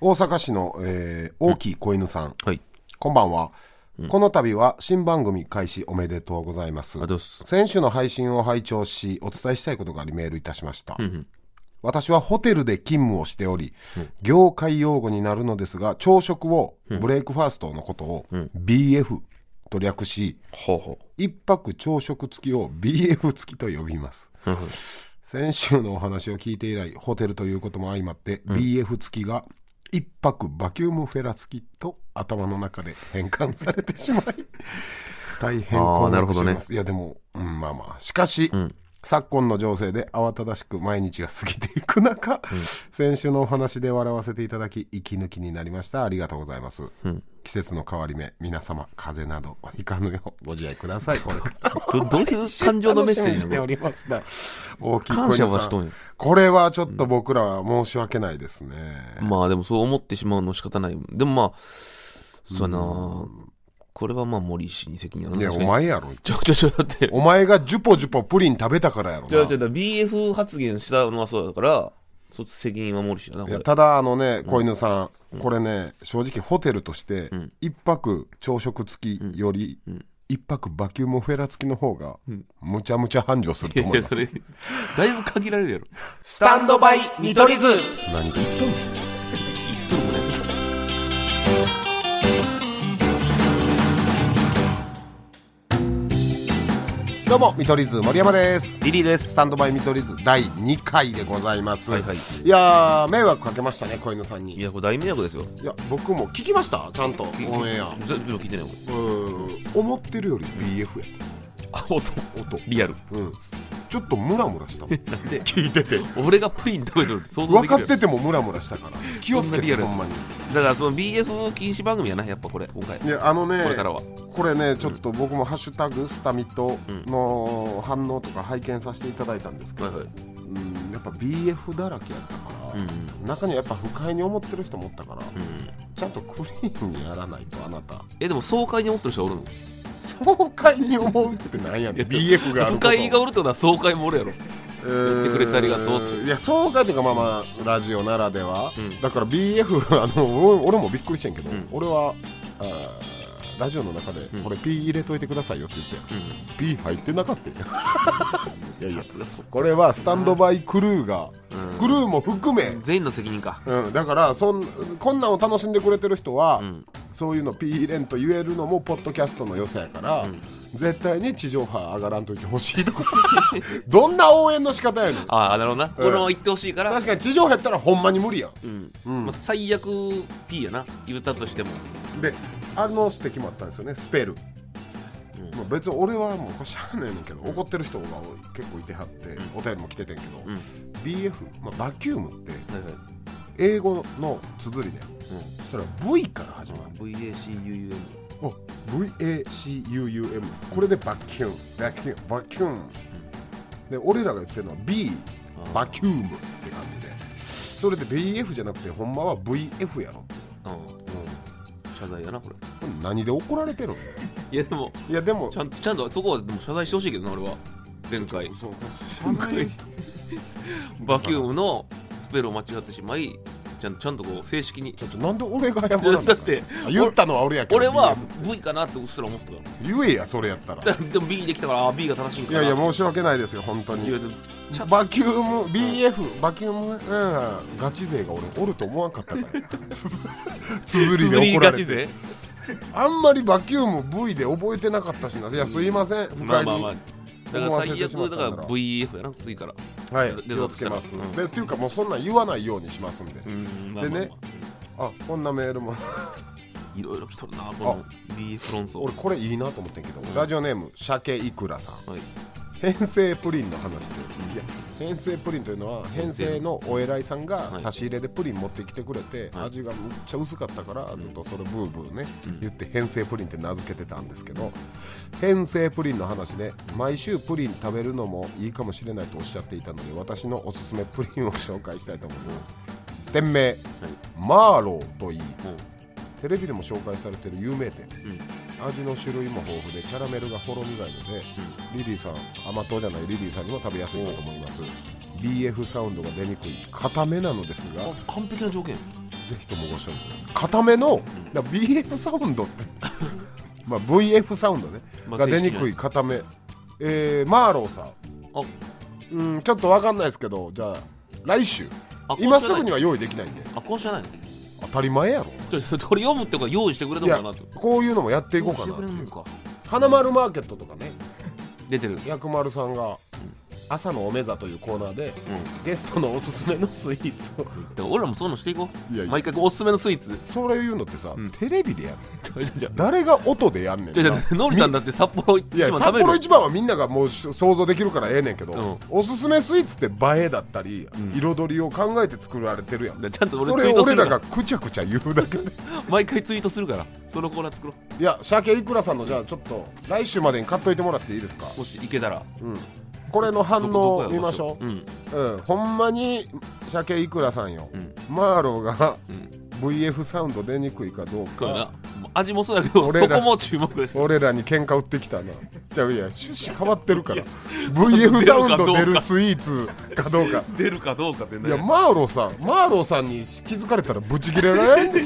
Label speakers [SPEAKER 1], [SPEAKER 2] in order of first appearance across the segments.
[SPEAKER 1] 大阪市の、えー大きい子犬さん、
[SPEAKER 2] はい。
[SPEAKER 1] こんばんは、この度は新番組開始おめでとうございます
[SPEAKER 2] あどうっす
[SPEAKER 1] 先週の配信を拝聴しお伝えしたいことがありメールいたしました、私はホテルで勤務をしており、業界用語になるのですが朝食を、ブレイクファーストのことを BF と略し、
[SPEAKER 2] ほうほう。
[SPEAKER 1] 一泊朝食付きを BF 付きと呼びます先週のお話を聞いて以来ホテルということも相まって、BF 付きが一泊バキュームフェラ付きと頭の中で変換されてし まい大変
[SPEAKER 2] あー
[SPEAKER 1] 困
[SPEAKER 2] なる
[SPEAKER 1] 惑して
[SPEAKER 2] ほど
[SPEAKER 1] い
[SPEAKER 2] ね
[SPEAKER 1] ます、いやでも、うん、まあまあしかし、昨今の情勢で慌ただしく毎日が過ぎていく中、先週のお話で笑わせていただき息抜きになりましたありがとうございます、季節の変わり目皆様風邪などいかぬようご自愛くださいこれから
[SPEAKER 2] どどういう 感情のメッ
[SPEAKER 1] 楽し
[SPEAKER 2] セー
[SPEAKER 1] みに
[SPEAKER 2] ジ
[SPEAKER 1] してお
[SPEAKER 2] なの
[SPEAKER 1] りますな大きい声
[SPEAKER 2] 感謝は
[SPEAKER 1] さ
[SPEAKER 2] しとんや。
[SPEAKER 1] これはちょっと僕らは申し訳ないですね、
[SPEAKER 2] まあでもそう思ってしまうの仕方ない。でもまあ、その、これはまあ森氏に責任ある
[SPEAKER 1] いやお
[SPEAKER 2] 確かに
[SPEAKER 1] 前やろ
[SPEAKER 2] ちょちょちょ、だって。
[SPEAKER 1] お前がジュポジュポプリン食べたからやろな
[SPEAKER 2] ちょちょ、だから BF 発言したのはそうだから、そっち責任は森氏だな、こ
[SPEAKER 1] い
[SPEAKER 2] れ
[SPEAKER 1] や。ただあのね子犬さん、これね正直ホテルとして一泊朝食付きより一泊バキュームフェラ付きの方がむちゃむちゃ繁盛すると思い
[SPEAKER 2] いや
[SPEAKER 1] ま
[SPEAKER 2] そ
[SPEAKER 1] す
[SPEAKER 2] れ、だいぶ限られるやろ。
[SPEAKER 3] スタンドバイ見取り図
[SPEAKER 1] 何言っとんのどうも見取り図森山です
[SPEAKER 2] リリーで
[SPEAKER 1] ス
[SPEAKER 2] す。
[SPEAKER 1] タンドバイ見取り図第2回でございます、
[SPEAKER 2] はい
[SPEAKER 1] い
[SPEAKER 2] はい
[SPEAKER 1] やー迷惑かけましたね子犬さんに
[SPEAKER 2] いや、これ大迷惑ですよ。
[SPEAKER 1] いや僕も聞きましたちゃんとオンエア
[SPEAKER 2] 全部聞いてないよ。
[SPEAKER 1] うん思ってるより BF や
[SPEAKER 2] あ、音、音。リア ル。
[SPEAKER 1] うんちょっとムラムラ したもん聞いてて
[SPEAKER 2] 俺がプリン食べてるって想像
[SPEAKER 1] 分
[SPEAKER 2] でき
[SPEAKER 1] か
[SPEAKER 2] る
[SPEAKER 1] っ
[SPEAKER 2] よ。
[SPEAKER 1] ててもムラムラしたから気をつけ
[SPEAKER 2] そんなリ
[SPEAKER 1] て
[SPEAKER 2] アル
[SPEAKER 1] ほんまに
[SPEAKER 2] だからその BF 禁止番組やな、やっぱこれ、今回。
[SPEAKER 1] いやあのね
[SPEAKER 2] これからは
[SPEAKER 1] これねちょっと僕も「ハッシュタグスタミト」の反応とか拝見させていただいたんですけど、
[SPEAKER 2] はいはい。
[SPEAKER 1] うんやっぱ BF だらけやったから、中にはやっぱ不快に思ってる人もおったから、ちゃんとクリーンにやらないとあなた
[SPEAKER 2] え、でも爽快に思ってる人はおるの
[SPEAKER 1] 不快に思うってなんやねん BF がある
[SPEAKER 2] 不
[SPEAKER 1] こと
[SPEAKER 2] 快がおるってことは爽快もおるやろ。
[SPEAKER 1] 言
[SPEAKER 2] ってくれてありがとうって
[SPEAKER 1] いやそうかっていうかまあまあラジオならでは、だから BF あの俺俺もびっくりしてんけど、俺はあーラジオの中で、これ P 入れといてくださいよって言って、P 入ってなかったよ いやいや
[SPEAKER 2] さすが
[SPEAKER 1] これはスタンドバイクルーが、クルーも含め、
[SPEAKER 2] 全員の責任か。
[SPEAKER 1] うん、だからそんこんなんを楽しんでくれてる人は、
[SPEAKER 2] ん
[SPEAKER 1] そういうのピー入れんと言えるのもポッドキャストの良さやから、絶対に地上波上がらんといてほしいとか どんな応援の仕方やねん
[SPEAKER 2] ああ、なるほどな。このまま言ってほしいから、
[SPEAKER 1] 確かに地上波やったらほんまに無理やん、
[SPEAKER 2] うんまあ、最悪 P やな。言ったとしても。
[SPEAKER 1] であの指摘もあったんですよねスペル、まあ、別に俺はもうこれしゃあねえねんけど怒ってる人が多い結構いてはって、お便りも来ててんけど、
[SPEAKER 2] ん
[SPEAKER 1] BF、まあ、バキュームって
[SPEAKER 2] はいはい。
[SPEAKER 1] 英語の綴りね、
[SPEAKER 2] う
[SPEAKER 1] そ
[SPEAKER 2] ん
[SPEAKER 1] したら V から始まる
[SPEAKER 2] VACUUM。
[SPEAKER 1] あ VACUUM これでバキュームバキュームバキュームで俺らが言ってるのは B バキュームって感じでそれで BF じゃなくてほんまは VF やろって
[SPEAKER 2] うん。謝罪やな、これ。
[SPEAKER 1] これ何で怒られてるの
[SPEAKER 2] いや、でも、
[SPEAKER 1] いやでも
[SPEAKER 2] ちゃんと、ちゃんと、そこはでも謝罪してほしいけどな、俺は。前回。
[SPEAKER 1] そう謝罪
[SPEAKER 2] バキュームのスペルを間違ってしまい、ちゃんと、ちゃんとこう、正式に。
[SPEAKER 1] ちょっとなんで俺が謝 らん
[SPEAKER 2] だ
[SPEAKER 1] の
[SPEAKER 2] って
[SPEAKER 1] あ言ったのは俺やけど
[SPEAKER 2] 俺は
[SPEAKER 1] BF
[SPEAKER 2] V かなってうっすら思ってたか
[SPEAKER 1] 言えやそれやった ら
[SPEAKER 2] ら。だからでも B できたから、あ B が正しいんか
[SPEAKER 1] い
[SPEAKER 2] な。
[SPEAKER 1] やいや申し訳ないですよ本当
[SPEAKER 2] いや
[SPEAKER 1] に
[SPEAKER 2] でもちゃ
[SPEAKER 1] バキューム BF バキューム、うん、ガチ勢が俺おると思わんかった からつづつづり
[SPEAKER 2] 釣
[SPEAKER 1] で
[SPEAKER 2] り
[SPEAKER 1] 怒ら
[SPEAKER 2] が
[SPEAKER 1] れ
[SPEAKER 2] ち
[SPEAKER 1] て
[SPEAKER 2] ぜ。
[SPEAKER 1] あんまりバキューム V で覚えてなかったしないやすいません不
[SPEAKER 2] まあ
[SPEAKER 1] 快
[SPEAKER 2] まあ
[SPEAKER 1] に
[SPEAKER 2] まあ。だから最悪だから VF やな、次から。
[SPEAKER 1] はい
[SPEAKER 2] で
[SPEAKER 1] 気をつけます
[SPEAKER 2] うん
[SPEAKER 1] でっていうかもうそんなん言わないようにしますんで
[SPEAKER 2] うん、まあ
[SPEAKER 1] で
[SPEAKER 2] まあま
[SPEAKER 1] ねあこんなメールも
[SPEAKER 2] あいろいろ来とるな、この BF 論争。
[SPEAKER 1] 俺これいいなと思ってんけど、ラジオネーム鮭いくらさん
[SPEAKER 2] はい。
[SPEAKER 1] 編成プリンの話でいや編成プリンというのは編成のお偉いさんが差し入れでプリン持ってきてくれて、味がむっちゃ薄かったからずっとそれブーブーね、言って編成プリンって名付けてたんですけど編成プリンの話で毎週プリン食べるのもいいかもしれないとおっしゃっていたので私のおすすめプリンを紹介したいと思います店名、マーローといいテレビでも紹介されている有名店、味の種類も豊富でキャラメルがほろ苦いので、リリーさん甘党じゃないリリーさんにも食べやすいかと思います BF サウンドが出にくい固めなのですが
[SPEAKER 2] あ完璧な条件
[SPEAKER 1] ぜひともご賞味ください固めのだから BF サウンドって まあ VF サウンドね、
[SPEAKER 2] まあ
[SPEAKER 1] が出にくい固め、えーマーローさん
[SPEAKER 2] あ
[SPEAKER 1] うんちょっとわかんないですけどじゃあ来週
[SPEAKER 2] あ
[SPEAKER 1] 今
[SPEAKER 2] こうし
[SPEAKER 1] す
[SPEAKER 2] たら
[SPEAKER 1] ぐには用意できないんで
[SPEAKER 2] あこうじゃないの
[SPEAKER 1] 当たり前やろ
[SPEAKER 2] ちょちょこれ読むってことは用意してくれた
[SPEAKER 1] い
[SPEAKER 2] の
[SPEAKER 1] や
[SPEAKER 2] かなって
[SPEAKER 1] こういうのもやっていこ
[SPEAKER 2] 用
[SPEAKER 1] う
[SPEAKER 2] 意
[SPEAKER 1] か
[SPEAKER 2] して
[SPEAKER 1] なっ
[SPEAKER 2] くれ
[SPEAKER 1] て
[SPEAKER 2] ん
[SPEAKER 1] い
[SPEAKER 2] の
[SPEAKER 1] う
[SPEAKER 2] か
[SPEAKER 1] 花丸マーケットとかね
[SPEAKER 2] 出 てる
[SPEAKER 1] 薬丸さんが「朝のおめざ」というコーナーで、ゲストのおすすめのスイーツを
[SPEAKER 2] だから俺らもそういうのしていこう
[SPEAKER 1] いやいや
[SPEAKER 2] 毎回おすすめのスイーツ
[SPEAKER 1] それ言うのってさ、テレビでやんねん
[SPEAKER 2] ちょちょちょ
[SPEAKER 1] 誰が音でやんねん
[SPEAKER 2] ちょちょノリさんだって札幌一
[SPEAKER 1] いや
[SPEAKER 2] 番食
[SPEAKER 1] 札
[SPEAKER 2] べる
[SPEAKER 1] 幌一番はみんながもう想像できるからええねんけど、
[SPEAKER 2] ん
[SPEAKER 1] おすすめスイーツって映えだったり、彩りを考えて作られてるやん
[SPEAKER 2] ちゃんと
[SPEAKER 1] そ
[SPEAKER 2] 俺
[SPEAKER 1] れ
[SPEAKER 2] ツイー
[SPEAKER 1] を
[SPEAKER 2] トす
[SPEAKER 1] 俺
[SPEAKER 2] るから
[SPEAKER 1] がくちゃくちゃ言うだけで
[SPEAKER 2] 毎回ツイートするからそのコーナー作ろ
[SPEAKER 1] いや鮭いくらさんのじゃあちょっと来週までに買っといてもらっていいですか
[SPEAKER 2] うもしいけたら
[SPEAKER 1] これの反
[SPEAKER 2] どこ
[SPEAKER 1] 応
[SPEAKER 2] や
[SPEAKER 1] 見ましょう
[SPEAKER 2] うん
[SPEAKER 1] うん、ほんまに鮭いくらさんよ、
[SPEAKER 2] ん
[SPEAKER 1] マーローが
[SPEAKER 2] ん
[SPEAKER 1] VF サウンド出にくいかどう
[SPEAKER 2] そうや
[SPEAKER 1] か
[SPEAKER 2] なもう味もそうやけど
[SPEAKER 1] 俺
[SPEAKER 2] そ
[SPEAKER 1] ら
[SPEAKER 2] こも注目です
[SPEAKER 1] 俺らに喧嘩売ってきたなじゃあいや趣旨変わってるから VF サウンド出るスイーツかどうか
[SPEAKER 2] 出るかどうかって
[SPEAKER 1] いや
[SPEAKER 2] ね
[SPEAKER 1] マーローさんマーローさんに気づかれたらブチ切れられんで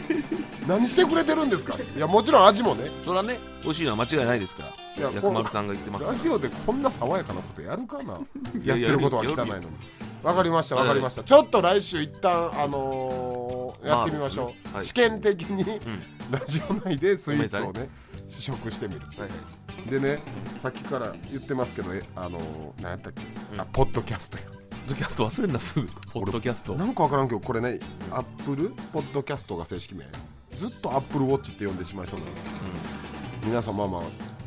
[SPEAKER 1] 何してくれてるんですかいやもちろん味もね
[SPEAKER 2] それはね美味しいのは間違いないですか
[SPEAKER 1] いや
[SPEAKER 2] ら薬丸さんが言ってますか
[SPEAKER 1] ラ
[SPEAKER 2] ら
[SPEAKER 1] ジオでこんな爽やかなことやるか な
[SPEAKER 2] い
[SPEAKER 1] や
[SPEAKER 2] や
[SPEAKER 1] ってることは汚いの
[SPEAKER 2] や
[SPEAKER 1] にわかりましたわかりましたちょっと来週一旦あのーやってみましょ
[SPEAKER 2] まあそうですね
[SPEAKER 1] う
[SPEAKER 2] はい
[SPEAKER 1] 試験的にラジオ内でスイーツを
[SPEAKER 2] ごめんな
[SPEAKER 1] ね試食してみる
[SPEAKER 2] はいはい
[SPEAKER 1] でねさっきから言ってますけどえあのー何やったっけあポッドキャストや
[SPEAKER 2] ポッドキャスト忘れんなすぐポッドキャスト
[SPEAKER 1] なんかわからんけどこれねアップルポッドキャストが正式名ずっとアップルウォッチって呼んでしまいそうなの、皆さんまあまあ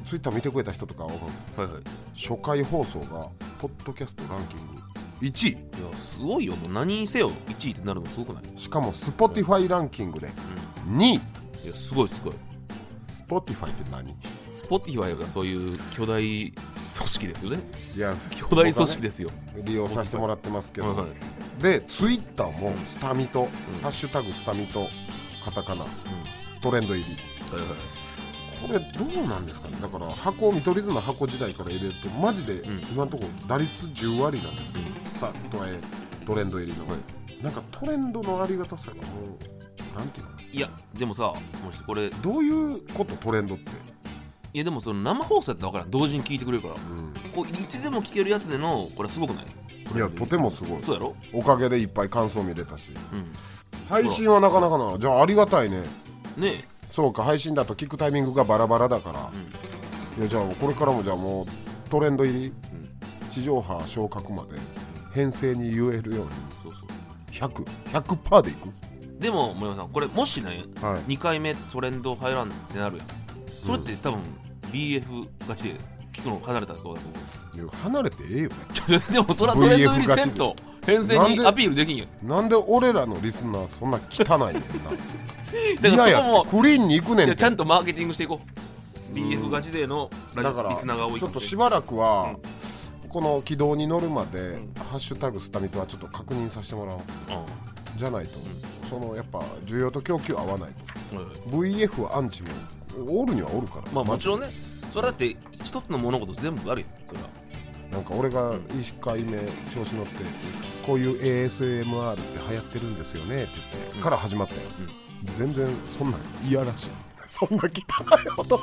[SPEAKER 1] ツイッター見てくれた人とかはわかる
[SPEAKER 2] はいはい
[SPEAKER 1] 初回放送がポッドキャストランキング1位
[SPEAKER 2] いやすごいよもう何にせよ1位ってなるのすごくない
[SPEAKER 1] しかも Spotify ランキングで2位
[SPEAKER 2] いやすごいすごい
[SPEAKER 1] Spotify って何い
[SPEAKER 2] スポティファイがそういう巨大組織ですよね
[SPEAKER 1] や
[SPEAKER 2] 巨大組織ですよ、
[SPEAKER 1] 利用させてもらってますけど、
[SPEAKER 2] はいは
[SPEAKER 1] で Twitter もスタミと、ハッシュタグスタミとカタカナ、トレンド入り
[SPEAKER 2] はいはい
[SPEAKER 1] これどうなんですかねだから箱見取り図の箱時代から入れるとマジで
[SPEAKER 2] ん
[SPEAKER 1] 今のところ打率10割なんですけど、スタトレトレンド入りの、なんかトレンドのありがたさがもうなんていうの
[SPEAKER 2] いやでもさもしこれい
[SPEAKER 1] どういうことトレンドって、
[SPEAKER 2] やでもその生放送やったら分からん同時に聞いてくれるからこういつでも聞けるやつでのこれすごくない
[SPEAKER 1] いやとてもすごい
[SPEAKER 2] そうやろ
[SPEAKER 1] おかげでいっぱい感想見れたし
[SPEAKER 2] うん
[SPEAKER 1] 配信はなかなかなじゃあありがたいね
[SPEAKER 2] ね
[SPEAKER 1] そうか配信だと聞くタイミングがバラバラだから、いやじゃあこれからもじゃあもうトレンド入り、地上波昇格まで編成に言えるように
[SPEAKER 2] えそうそう
[SPEAKER 1] 100 100%でいく
[SPEAKER 2] でも森山さんこれもしね、
[SPEAKER 1] はい
[SPEAKER 2] 2回目トレンド入らんってなるやんそれって多分 BF 勝ちで聞くの離れたってことだと思う
[SPEAKER 1] いや離れてええよね
[SPEAKER 2] ちょちょでもそれはトレンド入りせん
[SPEAKER 1] VF
[SPEAKER 2] と編成
[SPEAKER 1] なん
[SPEAKER 2] に
[SPEAKER 1] で
[SPEAKER 2] アピールできんやん
[SPEAKER 1] なんで俺らのリスナーそんな 汚いねん
[SPEAKER 2] だ
[SPEAKER 1] な
[SPEAKER 2] か
[SPEAKER 1] い
[SPEAKER 2] ら
[SPEAKER 1] やい
[SPEAKER 2] そこも
[SPEAKER 1] やクリーンに行くね
[SPEAKER 2] い
[SPEAKER 1] ん
[SPEAKER 2] や
[SPEAKER 1] て
[SPEAKER 2] ちゃんとマーケティングしていこう BF ガチ勢のラ
[SPEAKER 1] だから
[SPEAKER 2] リスナーが多い
[SPEAKER 1] ち
[SPEAKER 2] か
[SPEAKER 1] ょっと
[SPEAKER 2] もし
[SPEAKER 1] し
[SPEAKER 2] れ
[SPEAKER 1] ばらくは、この軌道に乗るまで、ハッシュタグスタミとはちょっと確認させてもらおう
[SPEAKER 2] ない
[SPEAKER 1] じゃないと、そのやっぱ需要と供給合わない
[SPEAKER 2] うんうん
[SPEAKER 1] と VF アンチもおるにはおるから
[SPEAKER 2] まあもち
[SPEAKER 1] ろん
[SPEAKER 2] ろんねそれだって一つの物事全部あるよそれは
[SPEAKER 1] なんか俺が1回目調子乗ってこういう ASMR って流行ってるんですよねって言ってから始まったよ、全然そんなんいやらしい そんな汚い 音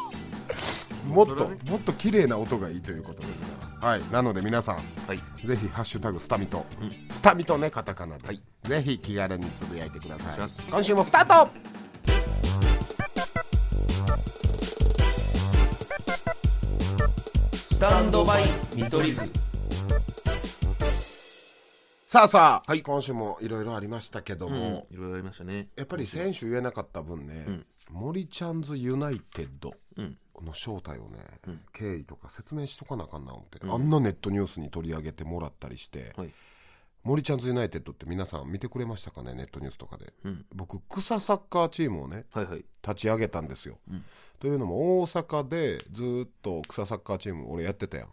[SPEAKER 1] もっ
[SPEAKER 2] それ
[SPEAKER 1] と、
[SPEAKER 2] はね
[SPEAKER 1] もっと綺麗な音がいいということですからはいなので皆さん
[SPEAKER 2] はい
[SPEAKER 1] ぜひハッシュタグスタミト、スタミトねカタカナで、
[SPEAKER 2] はい
[SPEAKER 1] ぜひ気軽につぶやいてください
[SPEAKER 2] します
[SPEAKER 1] 今週もスタート
[SPEAKER 3] スタンドバイ見取り図
[SPEAKER 1] さあさあ、
[SPEAKER 2] はい
[SPEAKER 1] 今週もいろいろありましたけども、
[SPEAKER 2] いろいろありましたね
[SPEAKER 1] やっぱり選手言えなかった分ね、森ちゃんズユナイテッドの正体をね、経緯とか説明しとかなあかんな思って、あんなネットニュースに取り上げてもらったりして、
[SPEAKER 2] はい
[SPEAKER 1] 森ちゃんズユナイテッドって皆さん見てくれましたかねネットニュースとかで、僕草サッカーチームをね
[SPEAKER 2] はいはい
[SPEAKER 1] 立ち上げたんですよ、というのも大阪でずーっと草サッカーチーム俺やってたやん、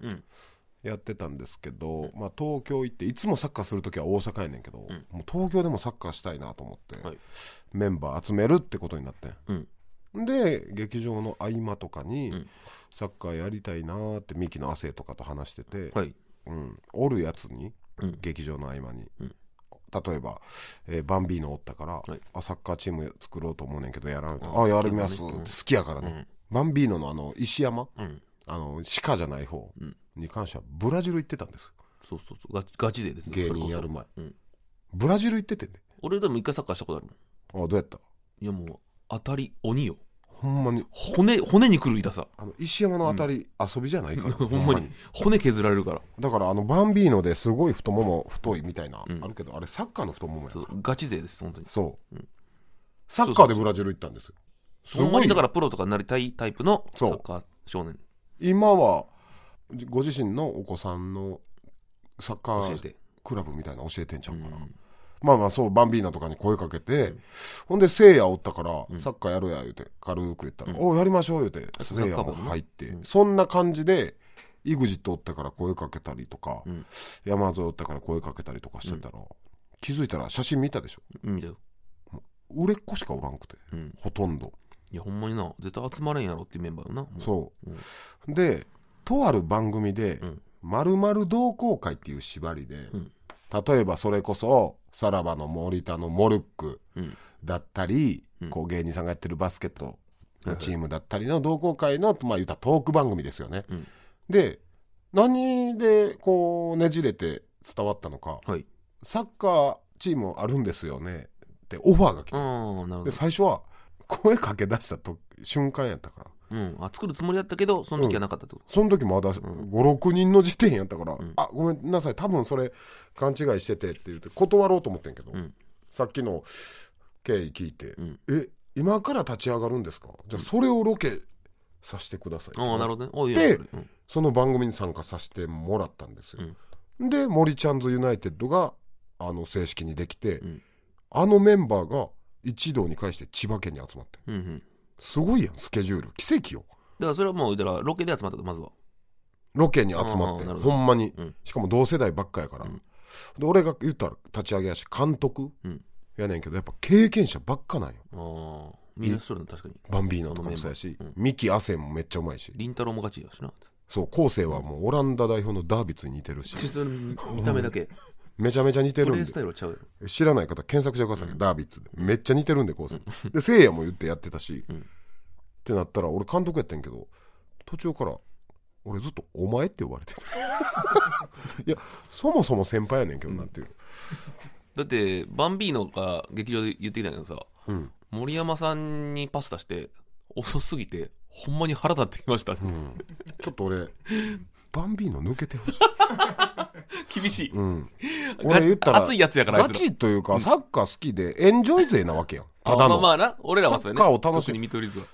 [SPEAKER 1] やってたんですけど、まあ、東京行っていつもサッカーする時は大阪やねんけど、もう東京でもサッカーしたいなと思って、
[SPEAKER 2] はい
[SPEAKER 1] メンバー集めるってことになってん
[SPEAKER 2] うん
[SPEAKER 1] で劇場の合間とかにサッカーやりたいなーってミキの亜生とかと話してて、
[SPEAKER 2] はい
[SPEAKER 1] うん、おるやつに、劇場の合間に、例えば、えーバンビーノおったから、
[SPEAKER 2] はい
[SPEAKER 1] あサッカーチーム作ろうと思うねんけどやらんああやります、って好きやからね、バンビーノのあの石山、あの鹿じゃない方に関してはブラジル行ってたんです
[SPEAKER 2] そうそうそうガチガチでですね
[SPEAKER 1] 芸人
[SPEAKER 2] それこそ
[SPEAKER 1] やる前
[SPEAKER 2] うん、
[SPEAKER 1] ブラジル行っててね
[SPEAKER 2] 俺でも一回サッカーしたことあるもん
[SPEAKER 1] あどうやった
[SPEAKER 2] いやもう当たり鬼よ
[SPEAKER 1] ほんまに
[SPEAKER 2] 骨骨にくる痛さ
[SPEAKER 1] あの石山のあたり、遊びじゃない から、
[SPEAKER 2] ほんまに骨削られるから
[SPEAKER 1] だからあのバンビーノですごい太もも太いみたいな、あるけどあれサッカーの太ももやか
[SPEAKER 2] そ
[SPEAKER 1] ら
[SPEAKER 2] うガチ勢です本当に
[SPEAKER 1] そう、サッカーでブラジル行ったんですよす
[SPEAKER 2] ほんま
[SPEAKER 1] ごい
[SPEAKER 2] にだか
[SPEAKER 1] よ
[SPEAKER 2] らプロとかになりたいタイプのサ
[SPEAKER 1] そう
[SPEAKER 2] ッカー少年
[SPEAKER 1] 今はご自身のお子さんのサッカ
[SPEAKER 2] 教え
[SPEAKER 1] ー
[SPEAKER 2] て
[SPEAKER 1] クラブみたいなの教えてんちゃうかな、まあまあそうバンビーナとかに声かけて、ほんでせいやおったから、サッカーやろうや言うて軽く言ったら「おうやりましょう」言うて
[SPEAKER 2] そ
[SPEAKER 1] せ
[SPEAKER 2] う
[SPEAKER 1] いや
[SPEAKER 2] サッカ
[SPEAKER 1] も
[SPEAKER 2] ー部ね
[SPEAKER 1] 入って、そんな感じで EXIT おったから声かけたりとか、山添おったから声かけたりとかしてたら、気づいたら写真見たでしょ
[SPEAKER 2] うん見たよ
[SPEAKER 1] 売れっ子しかおらんくて、
[SPEAKER 2] うん
[SPEAKER 1] ほとんど
[SPEAKER 2] いやほんまにな絶対集まれんやろっていうメンバーよなもう
[SPEAKER 1] そう、でとある番組で
[SPEAKER 2] ん
[SPEAKER 1] 「まるまる同好会」っていう縛りで、
[SPEAKER 2] ん
[SPEAKER 1] 例えばそれこそさらばの森田のモルック
[SPEAKER 2] うん
[SPEAKER 1] だったり、こう芸人さんがやってるバスケットのチームだったりの同好会の、まあ言ったらトーク番組ですよね、
[SPEAKER 2] ん
[SPEAKER 1] で何でこうねじれて伝わったのか、
[SPEAKER 2] はい
[SPEAKER 1] サッカーチームあるんですよねってオファーが来
[SPEAKER 2] あ
[SPEAKER 1] た、
[SPEAKER 2] あなるほ
[SPEAKER 1] で
[SPEAKER 2] ど、
[SPEAKER 1] 最初は声かけ出したと瞬間やったから
[SPEAKER 2] うん、あ作るつもりだったけどその時はなかったってこと、
[SPEAKER 1] その時まだ56人の時点やったから「あごめんなさい多分それ勘違いしてて」って言って断ろうと思ってんけど、
[SPEAKER 2] ん
[SPEAKER 1] さっきの経緯聞いて「
[SPEAKER 2] ん
[SPEAKER 1] え今から立ち上がるんですかじゃあそれをロケさせてください」
[SPEAKER 2] ああなるほどねおいいや
[SPEAKER 1] で
[SPEAKER 2] それうん
[SPEAKER 1] その番組に参加させてもらったんですよ。で森ちゃんズユナイテッドがあの正式にできて、
[SPEAKER 2] ん
[SPEAKER 1] あのメンバーが一堂に会して千葉県に集まって
[SPEAKER 2] うんうん、だ
[SPEAKER 1] すごいやんスケジュール奇跡よ。
[SPEAKER 2] からそれはもうだからロケで集まったとまずは
[SPEAKER 1] ロケに集まって
[SPEAKER 2] あーなるほ
[SPEAKER 1] ほ
[SPEAKER 2] ど
[SPEAKER 1] んまに、
[SPEAKER 2] うん
[SPEAKER 1] しかも同世代ばっかやから、で俺が言ったら立ち上げやし監督
[SPEAKER 2] うん
[SPEAKER 1] やねんけどやっぱ経験者ばっかなんよ
[SPEAKER 2] ああみんなそうだ確かに
[SPEAKER 1] バンビーノとかもそうやし、ミキ・アセンもめっちゃうまいし
[SPEAKER 2] りんたろーもガチや しな
[SPEAKER 1] そう昴生はもうオランダ代表のダービッツに似てるし
[SPEAKER 2] それ見た目だけ
[SPEAKER 1] めちゃめちゃ似て
[SPEAKER 2] プ
[SPEAKER 1] る
[SPEAKER 2] レ
[SPEAKER 1] ん
[SPEAKER 2] イス
[SPEAKER 1] で
[SPEAKER 2] タイルはちゃうやろ
[SPEAKER 1] 知らない方検索してください、ダービッツでめっちゃ似てるんで昴生、でせいやも言ってやってたし、ってなったら俺監督やってんけど途中から俺ずっと「お前」って呼ばれて たいやそもそも先輩やねんけどなっていう、
[SPEAKER 2] だってバンビーノが劇場で言ってきたけどさ、森山さんにパス出して遅すぎてほんまに腹立ってきました、
[SPEAKER 1] ちょっと俺、バンビーノ抜けてほ しい。
[SPEAKER 2] 厳しい、
[SPEAKER 1] 俺言ったら、
[SPEAKER 2] 熱いやつやからあい
[SPEAKER 1] ガ
[SPEAKER 2] つら
[SPEAKER 1] チというか、サッカー好きで、エンジョイ勢なわけやん。ただ
[SPEAKER 2] ま
[SPEAKER 1] の。
[SPEAKER 2] あまあな俺らはそれね
[SPEAKER 1] サッカーを楽し
[SPEAKER 2] 特
[SPEAKER 1] む
[SPEAKER 2] に見取り図は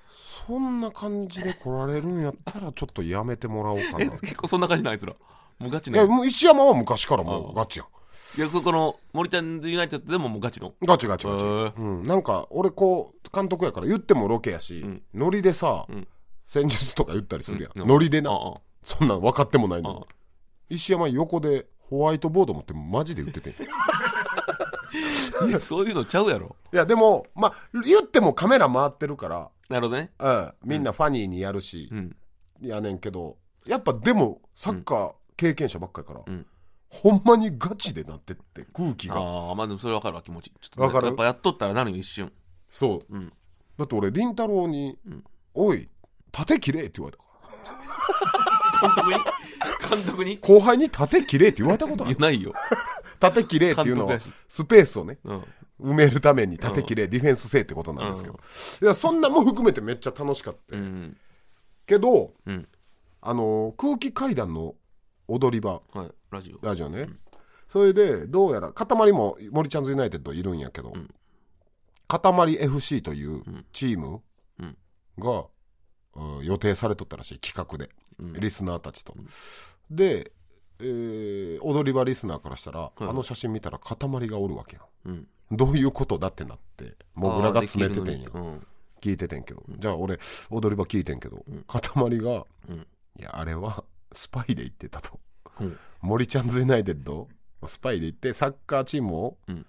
[SPEAKER 1] そんな感じで来られるんやったら、ちょっとやめてもらおうかな。
[SPEAKER 2] え
[SPEAKER 1] い
[SPEAKER 2] 結構そんな感じなあいつらもうガチの
[SPEAKER 1] や、
[SPEAKER 2] い
[SPEAKER 1] もう石山は昔からもうガチやん。
[SPEAKER 2] やここの森ちゃんユナイテッドでももうガチの
[SPEAKER 1] ガチガチガチ。
[SPEAKER 2] へえ
[SPEAKER 1] うん、なんか、俺こう、監督やから言ってもロケやし、ノリでさ、戦術とか言ったりするやん。
[SPEAKER 2] うん
[SPEAKER 1] ノリで
[SPEAKER 2] あ
[SPEAKER 1] な。
[SPEAKER 2] あ
[SPEAKER 1] そんなん分かってもないのに
[SPEAKER 2] ああ
[SPEAKER 1] 石山横でホワイトボード持ってマジで言っててん。
[SPEAKER 2] いやそういうのちゃうやろ
[SPEAKER 1] いやでもまあ言ってもカメラ回ってるか
[SPEAKER 2] なるほどね
[SPEAKER 1] ら、うん、みんなファニーにやるし、
[SPEAKER 2] うん
[SPEAKER 1] やねんけどやっぱでもサッカー経験者ばっかりから、
[SPEAKER 2] ん
[SPEAKER 1] ほんまにガチでなってって空気が
[SPEAKER 2] ああまあでもそれ分かるわ気持ちちょっとね
[SPEAKER 1] わかる
[SPEAKER 2] やっぱやっとったらなるよ一 瞬
[SPEAKER 1] そう、
[SPEAKER 2] ん
[SPEAKER 1] だって俺凛太郎に「おい盾切れ」って言われたから
[SPEAKER 2] 監督に監督に
[SPEAKER 1] 後輩に「盾切れ」って言われたことあ
[SPEAKER 2] いや
[SPEAKER 1] る
[SPEAKER 2] ない よ、
[SPEAKER 1] 盾切れっていうの
[SPEAKER 2] 監督
[SPEAKER 1] は
[SPEAKER 2] やし
[SPEAKER 1] スペースをね
[SPEAKER 2] うん、
[SPEAKER 1] 埋めるために盾切れ、ディフェンスせえってことなんですけど、いやそんなも含めてめっちゃ楽しかった、
[SPEAKER 2] うん
[SPEAKER 1] けど、
[SPEAKER 2] うん
[SPEAKER 1] あの空気階段の踊り場
[SPEAKER 2] はいラジオ
[SPEAKER 1] ラジオね、それでどうやら塊も森ちゃんズユナイテッドいるんやけど、塊 FC というチームが、うん予定されとったらしい企画で、リスナーたちと、で、えー踊り場リスナーからしたら、あの写真見たら塊がおるわけやん、
[SPEAKER 2] うん
[SPEAKER 1] どういうことだってなってモグラが詰めててんや、
[SPEAKER 2] あーできるのに
[SPEAKER 1] 聞いててんけど、じゃあ俺踊り場聞いてんけど、塊が、いやあれはスパイで行ってたと、
[SPEAKER 2] うん
[SPEAKER 1] 森ちゃんズユナイテッドスパイで行ってサッカーチームを
[SPEAKER 2] ん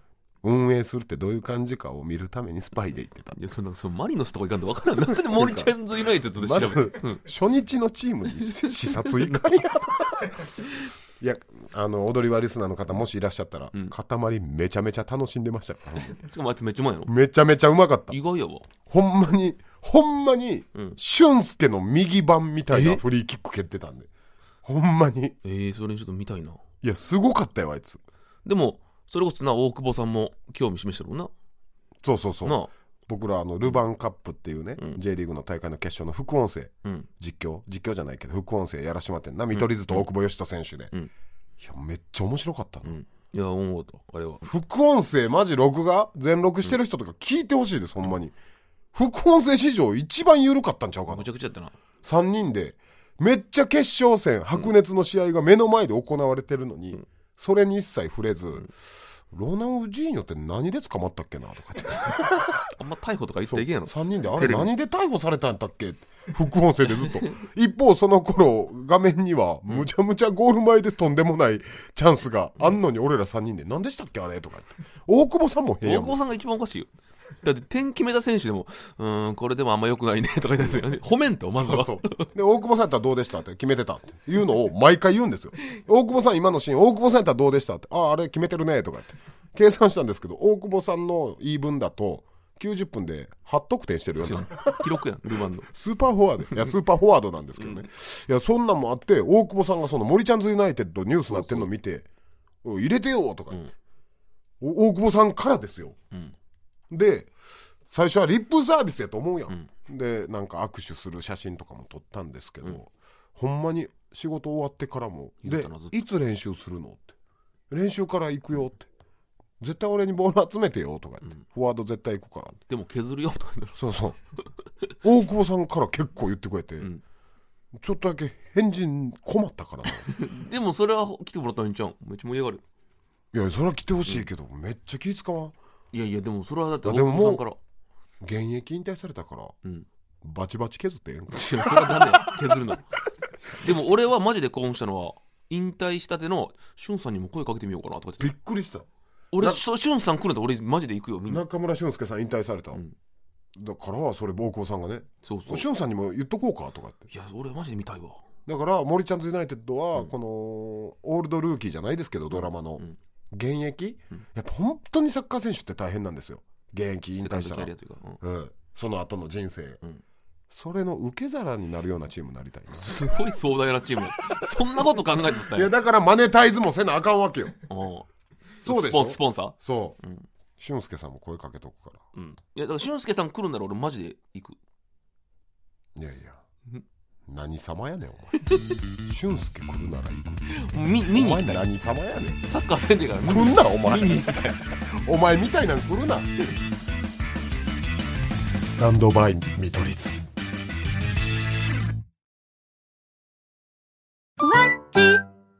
[SPEAKER 1] 運営するってどういう感じかを見るためにスパイで行ってた
[SPEAKER 2] うん、いやそんなそのマリノスとかいかんと分からんなんでモリチャンズユナイテッドで調
[SPEAKER 1] ま
[SPEAKER 2] べ
[SPEAKER 1] ず
[SPEAKER 2] て、うん、
[SPEAKER 1] 初日のチームに視察い かんやいやあの踊り場リスナーの方もしいらっしゃったら、塊めちゃめちゃ楽しんでましたからほんま
[SPEAKER 2] しかもあいつめっちゃうまいの
[SPEAKER 1] にめちゃめちゃうまかった
[SPEAKER 2] 意外やわ
[SPEAKER 1] ほんまに、ほんまに、俊介の右番みたいな
[SPEAKER 2] え
[SPEAKER 1] フリーキック蹴ってたんで。ほんまに。
[SPEAKER 2] えー、それちょっと見たいない
[SPEAKER 1] や、すごかったよ、あいつ。
[SPEAKER 2] でもそれこそな大久保さんも興味示してるもんな
[SPEAKER 1] そうそうそう。
[SPEAKER 2] なあ
[SPEAKER 1] 僕ら、あの、ルヴァンカップっていうね、J リーグの大会の決勝の副音声、
[SPEAKER 2] うん
[SPEAKER 1] 実況、実況じゃないけど、副音声やらしまってんな、見取り図と大久保嘉人選手で。
[SPEAKER 2] ん
[SPEAKER 1] いや、めっちゃ面白かったな、
[SPEAKER 2] うんいや思うとあれは
[SPEAKER 1] 副音声、マジ録画全録してる人とか聞いてほしいです、ほんまに。副音声史上一番緩かったんちゃうかな
[SPEAKER 2] むちゃくちゃやったな
[SPEAKER 1] 3人でめっちゃ決勝戦白熱の試合が目の前で行われてるのに、それに一切触れず、ロナウジーニョって何で捕まったっけなとか言って
[SPEAKER 2] あんま逮捕とか言っていけんやろ
[SPEAKER 1] 3人であれ何で逮捕されたんだっけって副音声でずっと一方その頃画面にはむちゃむちゃゴール前でとんでもないチャンスがあんのに俺ら3人で何でしたっけあれとか言って大久保さんも平
[SPEAKER 2] 大
[SPEAKER 1] や
[SPEAKER 2] 久
[SPEAKER 1] もん
[SPEAKER 2] 保さんが一番おかしいよだって点決めた選手でもうーんこれでもあんま良くないねとか言ったりするよね 褒めんとまずは
[SPEAKER 1] そうで大久保さんやったらどうでしたって決めてたっていうのを毎回言うんですよ大久保さん今のシーン大久保さんやったらどうでしたってあああれ決めてるねとかって計算したんですけど大久保さんの言い分だと90分で8得点してるよね
[SPEAKER 2] 記録やんルヴァンの
[SPEAKER 1] スーパーフォワードいやスーパーフォワードなんですけどね、いやそんなんもあって大久保さんがその森ちゃんズユナイテッドニュースなってんの見ておい入れてよとか言って、お大久保さんからですよ、で最初はリップサービスやと思うやん、でなんか握手する写真とかも撮ったんですけど、ほんまに仕事終わってからも「
[SPEAKER 2] 言う
[SPEAKER 1] で
[SPEAKER 2] たなずっと
[SPEAKER 1] いつ練習するの?」って「練習から行くよ」って「絶対俺にボール集めてよ」とか言って、フォワード絶対行くから」って。
[SPEAKER 2] でも削るよとか言っ
[SPEAKER 1] そうそう大久保さんから結構言ってくれて、
[SPEAKER 2] ん
[SPEAKER 1] ちょっとだけ返事困ったからな
[SPEAKER 2] たらでもそれは来てもらったらいいんちゃうんめっちゃ盛り上がる
[SPEAKER 1] いやそれは来てほしいけど、めっちゃ気使わん
[SPEAKER 2] いやいやでもそれはだって
[SPEAKER 1] あ
[SPEAKER 2] 大
[SPEAKER 1] でも
[SPEAKER 2] 久
[SPEAKER 1] もう
[SPEAKER 2] 保さんから
[SPEAKER 1] 現役引退されたから、
[SPEAKER 2] ん
[SPEAKER 1] バチバチ削ってええんか
[SPEAKER 2] いやそれはダメよ削るの でも俺はマジで興奮したのは引退したてのしゅんさんにも声かけてみようかなとか言
[SPEAKER 1] び
[SPEAKER 2] って
[SPEAKER 1] っくりした
[SPEAKER 2] 俺しゅんさん来るんだったら俺マジで行くよみんな
[SPEAKER 1] 中村俊輔さん引退された、
[SPEAKER 2] ん
[SPEAKER 1] だからはそれ大久保さんがね
[SPEAKER 2] そうそうい
[SPEAKER 1] 俊さんにも言っとこうかとかって
[SPEAKER 2] や俺マジで見たいわ
[SPEAKER 1] だから森ちゃんズユナイテッドはこのオールドルーキーじゃないですけどドラマの、
[SPEAKER 2] ん
[SPEAKER 1] 現役、やっぱ本当にサッカー選手って大変なんですよ現役引
[SPEAKER 2] セカ
[SPEAKER 1] 退
[SPEAKER 2] ン
[SPEAKER 1] し
[SPEAKER 2] ド
[SPEAKER 1] た
[SPEAKER 2] キ
[SPEAKER 1] ら
[SPEAKER 2] ャリアというか、うん
[SPEAKER 1] うん、その後の人生、
[SPEAKER 2] ん
[SPEAKER 1] それの受け皿になるようなチームになりたいな
[SPEAKER 2] すごい壮大なチームだそんなこと考えてた
[SPEAKER 1] いや
[SPEAKER 2] よ
[SPEAKER 1] だからマネタイズもせなあかんわけよ
[SPEAKER 2] うん
[SPEAKER 1] そうで
[SPEAKER 2] ス
[SPEAKER 1] しょ
[SPEAKER 2] ポンスポンサー
[SPEAKER 1] そう、俊介さんも声かけとくか
[SPEAKER 2] うんいやだから俊介さん来るなら俺マジで行く
[SPEAKER 1] らいやいや何様やねんお前俊介来るなら行く
[SPEAKER 2] 見
[SPEAKER 1] お
[SPEAKER 2] 見に行
[SPEAKER 1] 前
[SPEAKER 2] きたい
[SPEAKER 1] 何様やねん
[SPEAKER 2] サッカーせんでから
[SPEAKER 1] 来んなお前
[SPEAKER 2] 見に行きたい
[SPEAKER 1] お前みたいなん来るなスタンドバイ見取り図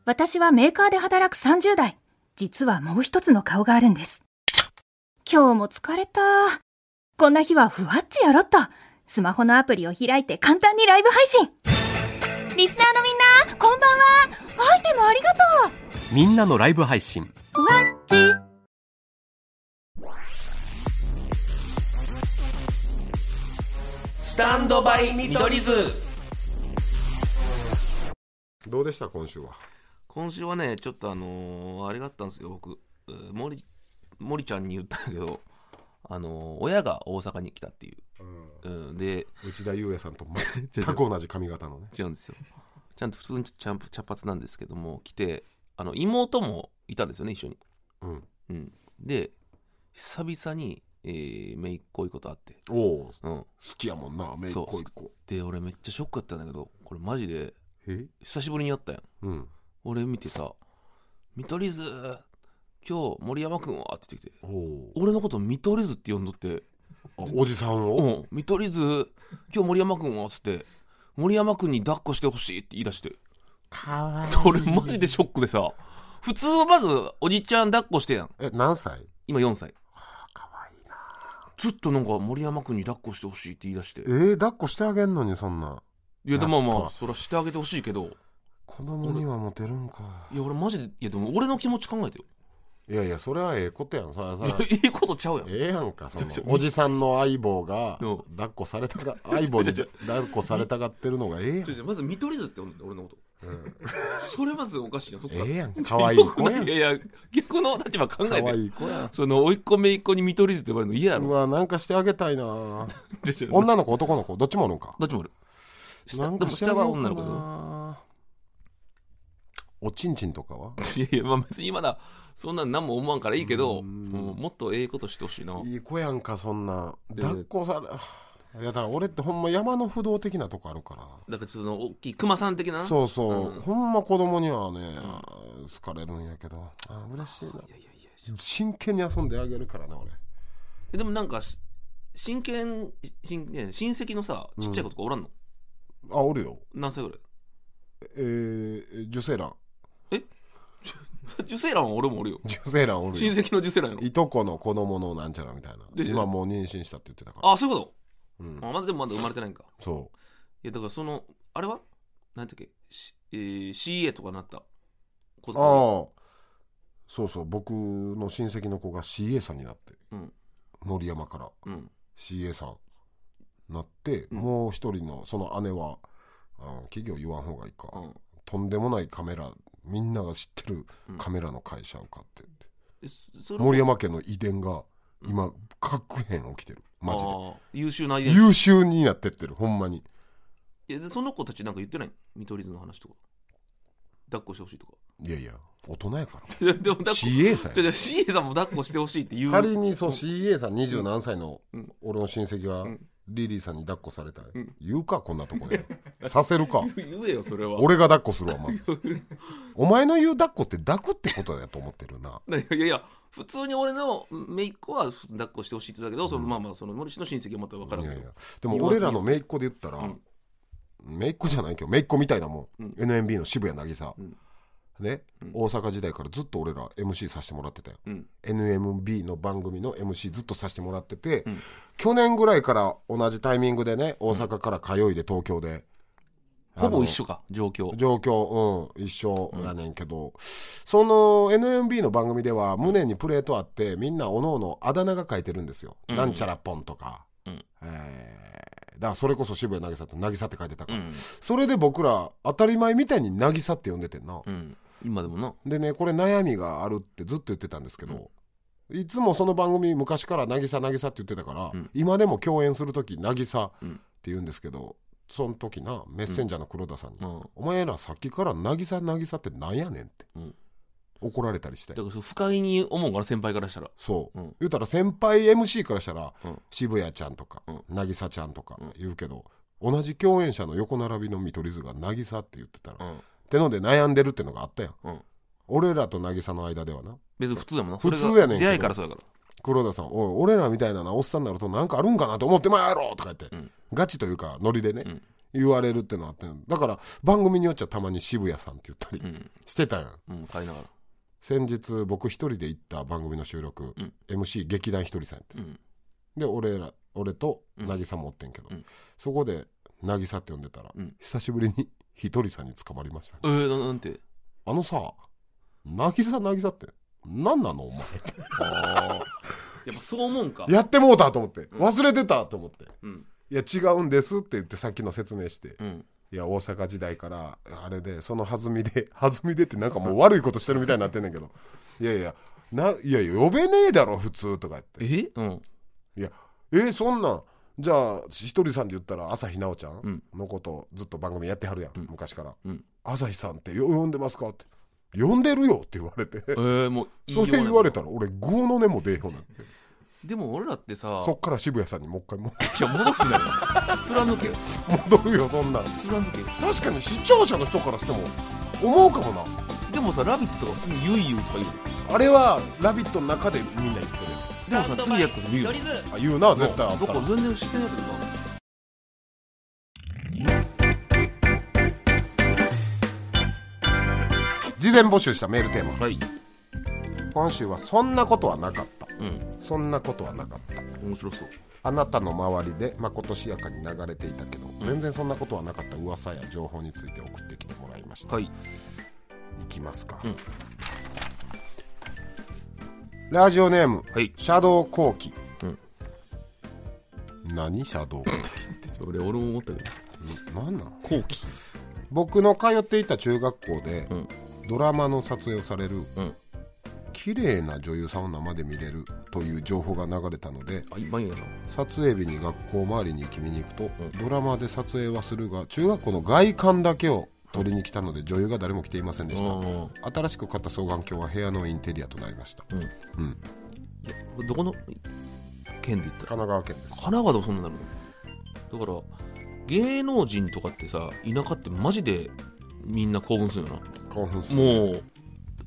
[SPEAKER 4] 私はメーカーで働く30代。実はもう一つの顔があるんです。今日も疲れた。こんな日はふわっちやろっと。スマホのアプリを開いて簡単にライブ配信。リスナーのみんな、こんばんは。アイテムありがとう。
[SPEAKER 5] みんなのライブ配信
[SPEAKER 3] スタンドバイ見取り図
[SPEAKER 1] どうでした今週は
[SPEAKER 2] 今週はねちょっとあのーあれがあったんですよ僕えー森森ちゃんに言ったんだけどあのー親が大阪に来たっていう、うん、で
[SPEAKER 1] 内田裕也さんと
[SPEAKER 2] ちょ
[SPEAKER 1] 全く同じ髪型のね
[SPEAKER 2] 違うんですよちゃんと普通にちゃん茶髪なんですけども来てあの妹もいたんですよね一緒に
[SPEAKER 1] うん
[SPEAKER 2] うん、で久々に、えー、めいっ子いこと会って、
[SPEAKER 1] おお
[SPEAKER 2] うん、
[SPEAKER 1] 好きやもんなめいっ
[SPEAKER 2] そう
[SPEAKER 1] 子一個
[SPEAKER 2] で俺めっちゃショックやったんだけどこれマジで
[SPEAKER 1] え
[SPEAKER 2] 久しぶりにやったやん
[SPEAKER 1] うん
[SPEAKER 2] 俺見てさ「見取り図今日森山くんは?」って言ってきて
[SPEAKER 1] おお
[SPEAKER 2] 俺のこと見取り図って呼んどって
[SPEAKER 1] おじさん
[SPEAKER 2] 「う
[SPEAKER 1] を
[SPEAKER 2] ん見取り図今日森山くんは?」っつって森山君に抱っこしてほしいって言い出して 俺マジでショックでさ普通はまずおじちゃん抱っこしてやん
[SPEAKER 1] え、何歳
[SPEAKER 2] 今4歳ずっとなんか森山君に抱っこしてほしいって言い出して
[SPEAKER 1] えー、抱っこしてあげんのに、そんな。
[SPEAKER 2] いやでも
[SPEAKER 1] やっ
[SPEAKER 2] まあ
[SPEAKER 1] ぱ
[SPEAKER 2] そりゃしてあげてほしいけど
[SPEAKER 1] 子供にはモテるんか。
[SPEAKER 2] いや俺マジでいやでも俺の気持ち考えてよ
[SPEAKER 1] いやいや、それはええことやん。それは さ
[SPEAKER 2] いいことちゃうやん
[SPEAKER 1] ええやんか、その、おじさんの相棒が
[SPEAKER 2] うん、
[SPEAKER 1] 抱っこされたが、相棒に
[SPEAKER 2] ちょ
[SPEAKER 1] 抱っこされたがってるのがええやん
[SPEAKER 2] ちょ。ちょまず見取り図って呼んで俺のこと、それまずおかしいやんそっか
[SPEAKER 1] え
[SPEAKER 2] ら
[SPEAKER 1] えやんか、かわいい子やん。
[SPEAKER 2] いやいや逆の立場考え
[SPEAKER 1] か
[SPEAKER 2] て
[SPEAKER 1] わいい子や ん。
[SPEAKER 2] その甥いっ子姪っ子に見取り図って呼ばれるの嫌や
[SPEAKER 1] う
[SPEAKER 2] ろ
[SPEAKER 1] わ、なんかしてあげたい な
[SPEAKER 2] ちょちょ
[SPEAKER 1] 女の子、男の子、どっちもおるんか。
[SPEAKER 2] どっちもおる下
[SPEAKER 1] なん
[SPEAKER 2] で
[SPEAKER 1] か
[SPEAKER 2] も
[SPEAKER 1] して
[SPEAKER 2] 下
[SPEAKER 1] あげ
[SPEAKER 2] は
[SPEAKER 1] よう
[SPEAKER 2] 女
[SPEAKER 1] か
[SPEAKER 2] の子だよ
[SPEAKER 1] なおちんちんとかはい
[SPEAKER 2] やいやまあ別に今だそんなん何も思わんからいいけどもうもっとええことしてほしいない
[SPEAKER 1] い子やんか、そんな。
[SPEAKER 2] で
[SPEAKER 1] 抱っこされ、いや、 だから俺ってほんま山の不動的なとこあるから。
[SPEAKER 2] だからその大きい熊さん的な
[SPEAKER 1] そうそう、ほんま子供にはね、好かれるんやけどあ嬉しいな真剣に遊んであげるからな俺
[SPEAKER 2] えでもなんかし親権親ね親戚のさちっちゃい子とかおらんの、
[SPEAKER 1] あおるよ
[SPEAKER 2] 何歳ぐらい
[SPEAKER 1] えー、受精 卵
[SPEAKER 2] 受精卵は俺もおるよ
[SPEAKER 1] 受精卵おる
[SPEAKER 2] 親
[SPEAKER 1] よ
[SPEAKER 2] 戚の受精卵やろ
[SPEAKER 1] いとこの子供のなんちゃらみたいな
[SPEAKER 2] で
[SPEAKER 1] 今もう妊娠したって言ってたから
[SPEAKER 2] あそういうこと、
[SPEAKER 1] うん
[SPEAKER 2] あまだでもまだ生まれてないんか
[SPEAKER 1] そ
[SPEAKER 2] いやだからそのあれは何だっけ、しえー CA とかなった子
[SPEAKER 1] う
[SPEAKER 2] とか
[SPEAKER 1] ああそうそう僕の親戚の子が CA さんになって、
[SPEAKER 2] うん
[SPEAKER 1] 森山から
[SPEAKER 2] うん
[SPEAKER 1] CA さんなって、
[SPEAKER 2] ん
[SPEAKER 1] もう一人のその姉はあ企業言わん方がいいか、
[SPEAKER 2] うん
[SPEAKER 1] とんでもないカメラみんなが知ってるカメラの会社を買ってって、
[SPEAKER 2] えそそれ
[SPEAKER 1] 森山家の遺伝が今各変起きてるマジ
[SPEAKER 2] あ
[SPEAKER 1] で
[SPEAKER 2] ー優秀な遺伝子
[SPEAKER 1] 優秀になってってるほんまに
[SPEAKER 2] いやでその子たちなんか言ってない見取り図の話とか抱っこしてほしいとか
[SPEAKER 1] いやいや大人やから
[SPEAKER 2] いやでも抱っこ
[SPEAKER 1] CA さん
[SPEAKER 2] じゃ
[SPEAKER 1] や
[SPEAKER 2] じゃ CA さんも抱っこしてほしいって言う
[SPEAKER 1] 仮にそう CA さん二十何歳の
[SPEAKER 2] ん
[SPEAKER 1] 俺の親戚が
[SPEAKER 2] ん
[SPEAKER 1] リリーさんに抱っこされたい、言うかこんなとこでさせるか
[SPEAKER 2] 言えよそれは
[SPEAKER 1] 俺が抱っこするわまずお前の言う抱っこって抱くってことだと思ってるな
[SPEAKER 2] ないやいやいや普通に俺の姪っ子は普通に抱っこしてほしいって言ってたけど、そのまあまあその森氏の親戚はまた分からん
[SPEAKER 1] いや
[SPEAKER 2] けど
[SPEAKER 1] いやでも俺らの姪っ子で言ったら、姪っ子じゃないけど姪っ子みたいなもん、NMB の渋谷渚、ね、大阪時代からずっと俺ら MC させてもらってたよ、
[SPEAKER 2] ん
[SPEAKER 1] NMB の番組の MC ずっとさせてもらってて、去年ぐらいから同じタイミングでね大阪から通いで東京で
[SPEAKER 2] ほぼ一緒か状況
[SPEAKER 1] 状況、うん、一緒やねんけど、その NMB の番組では胸にプレートあってみんなおのおのあだ名が書いてるんですよ、なんちゃらポンとか、えーだからそれこそ渋谷渚って渚って書いてたから、それで僕ら当たり前みたいに渚って呼んでてんな、
[SPEAKER 2] うん今でもな
[SPEAKER 1] でねこれ悩みがあるってずっと言ってたんですけど、いつもその番組昔から「渚渚」って言ってたから、今でも共演する時「渚」って言うんですけど、その時なメッセンジャーの黒田さんに「
[SPEAKER 2] うん
[SPEAKER 1] お前らさっきから「渚渚」ってなんやねんって、
[SPEAKER 2] ん
[SPEAKER 1] 怒られたりして
[SPEAKER 2] だからそう不快に思うんから先輩からしたら
[SPEAKER 1] そう、
[SPEAKER 2] うん
[SPEAKER 1] 言うたら先輩 MC からしたら、
[SPEAKER 2] うん
[SPEAKER 1] 渋谷ちゃんとか、
[SPEAKER 2] うん
[SPEAKER 1] 渚ちゃんとか言うけど、同じ共演者の横並びの見取り図が「渚」って言ってたら、
[SPEAKER 2] うん
[SPEAKER 1] ってので悩んでるってのがあったやん、
[SPEAKER 2] うん
[SPEAKER 1] 俺らと渚の間ではな
[SPEAKER 2] 別に普通やもんな
[SPEAKER 1] 普通
[SPEAKER 2] それ
[SPEAKER 1] や
[SPEAKER 2] が
[SPEAKER 1] ねんけど
[SPEAKER 2] 出会いからそうやから
[SPEAKER 1] 黒田さん「おい俺らみたいななおっさんになるとなんかあるんかなと思ってまうやろ!」とか言って、
[SPEAKER 2] ん
[SPEAKER 1] ガチというかノリでね、
[SPEAKER 2] ん
[SPEAKER 1] 言われるってのあってんだから番組によっちゃたまに渋谷さんって言ったり
[SPEAKER 2] ん
[SPEAKER 1] してたやん、
[SPEAKER 2] うん帰りながら
[SPEAKER 1] 先日僕一人で行った番組の収録、
[SPEAKER 2] うん
[SPEAKER 1] MC 劇団ひとりさんやって、
[SPEAKER 2] うん
[SPEAKER 1] で俺ら俺と渚もおってんけど、
[SPEAKER 2] うん
[SPEAKER 1] そこで「渚」って呼んでたら、
[SPEAKER 2] うん
[SPEAKER 1] 久しぶりにひとりさんに捕まりました、
[SPEAKER 2] えー、ななんて
[SPEAKER 1] あのさ渚渚って何なの お前
[SPEAKER 2] やっぱそう思うんか
[SPEAKER 1] やってもうたと思って忘れてたと思って、
[SPEAKER 2] うん
[SPEAKER 1] いや違うんですって言ってさっきの説明して、
[SPEAKER 2] うん
[SPEAKER 1] いや大阪時代からあれでその弾みで 弾みでってなんかもう悪いことしてるみたいになってんねんけどいやいやないやいや呼べねえだろ普通とか言って
[SPEAKER 2] えうん
[SPEAKER 1] いやえーそんなんじゃあひとりさんで言ったら朝日奈央ちゃんのことずっと番組やってはるやん、昔から、
[SPEAKER 2] ん
[SPEAKER 1] 朝日さんってよ呼んでますか?」って「呼んでるよ」って言われて
[SPEAKER 2] えー、もう いいよ
[SPEAKER 1] そうれ
[SPEAKER 2] な
[SPEAKER 1] 言われたら俺グーの根も出えへんようになって
[SPEAKER 2] でも俺らってさ
[SPEAKER 1] そっから渋谷さんにもう一回も
[SPEAKER 2] いや戻すなよ貫け
[SPEAKER 1] 戻るよそんなん
[SPEAKER 2] 貫け
[SPEAKER 1] 確かに視聴者の人からしても思うかもな
[SPEAKER 2] でもさ「ラビット!」とか普通に「ゆいゆい」とか言うよ
[SPEAKER 1] あれは「ラビット!」の中でみんな言ってる
[SPEAKER 2] でもさ次やったら見るよ
[SPEAKER 3] 見取り図
[SPEAKER 1] あ言うな絶対あっ
[SPEAKER 2] ど
[SPEAKER 1] た
[SPEAKER 2] こ
[SPEAKER 1] ら
[SPEAKER 2] 全然知ってないけどな
[SPEAKER 1] 事前募集したメールテーマ
[SPEAKER 2] はい
[SPEAKER 1] 今週は「そんなことはなかった」
[SPEAKER 2] うん
[SPEAKER 1] そんなことはなかった」
[SPEAKER 2] 面白そう
[SPEAKER 1] あなたの周りでまことしやかに流れていたけど、全然そんなことはなかった噂や情報について送ってきてもらいました、
[SPEAKER 2] はい
[SPEAKER 1] いきますか、
[SPEAKER 2] ん
[SPEAKER 1] ラジオネーム、
[SPEAKER 2] はい
[SPEAKER 1] シャドウコウキ、
[SPEAKER 2] うん
[SPEAKER 1] 何シャドウコウ
[SPEAKER 2] 俺俺も思ったけど
[SPEAKER 1] キ 何なん
[SPEAKER 2] 後期
[SPEAKER 1] 僕の通っていた中学校で、
[SPEAKER 2] ん
[SPEAKER 1] ドラマの撮影をされる、
[SPEAKER 2] うん
[SPEAKER 1] 綺麗な女優さんを生で見れるという情報が流れたので
[SPEAKER 2] あ今やな
[SPEAKER 1] 撮影日に学校周りに決めに行くと、ドラマで撮影はするが中学校の外観だけを撮りに来たので女優が誰も来ていませんでした、
[SPEAKER 2] うん
[SPEAKER 1] 新しく買った双眼鏡は部屋のインテリアとなりました、
[SPEAKER 2] う
[SPEAKER 1] う
[SPEAKER 2] ん
[SPEAKER 1] ん
[SPEAKER 2] どこの県で言ったら
[SPEAKER 1] 神奈川県です
[SPEAKER 2] 神奈川でもそんなになるのだから芸能人とかってさ田舎ってマジでみんな興奮するよな
[SPEAKER 1] 興奮する
[SPEAKER 2] もう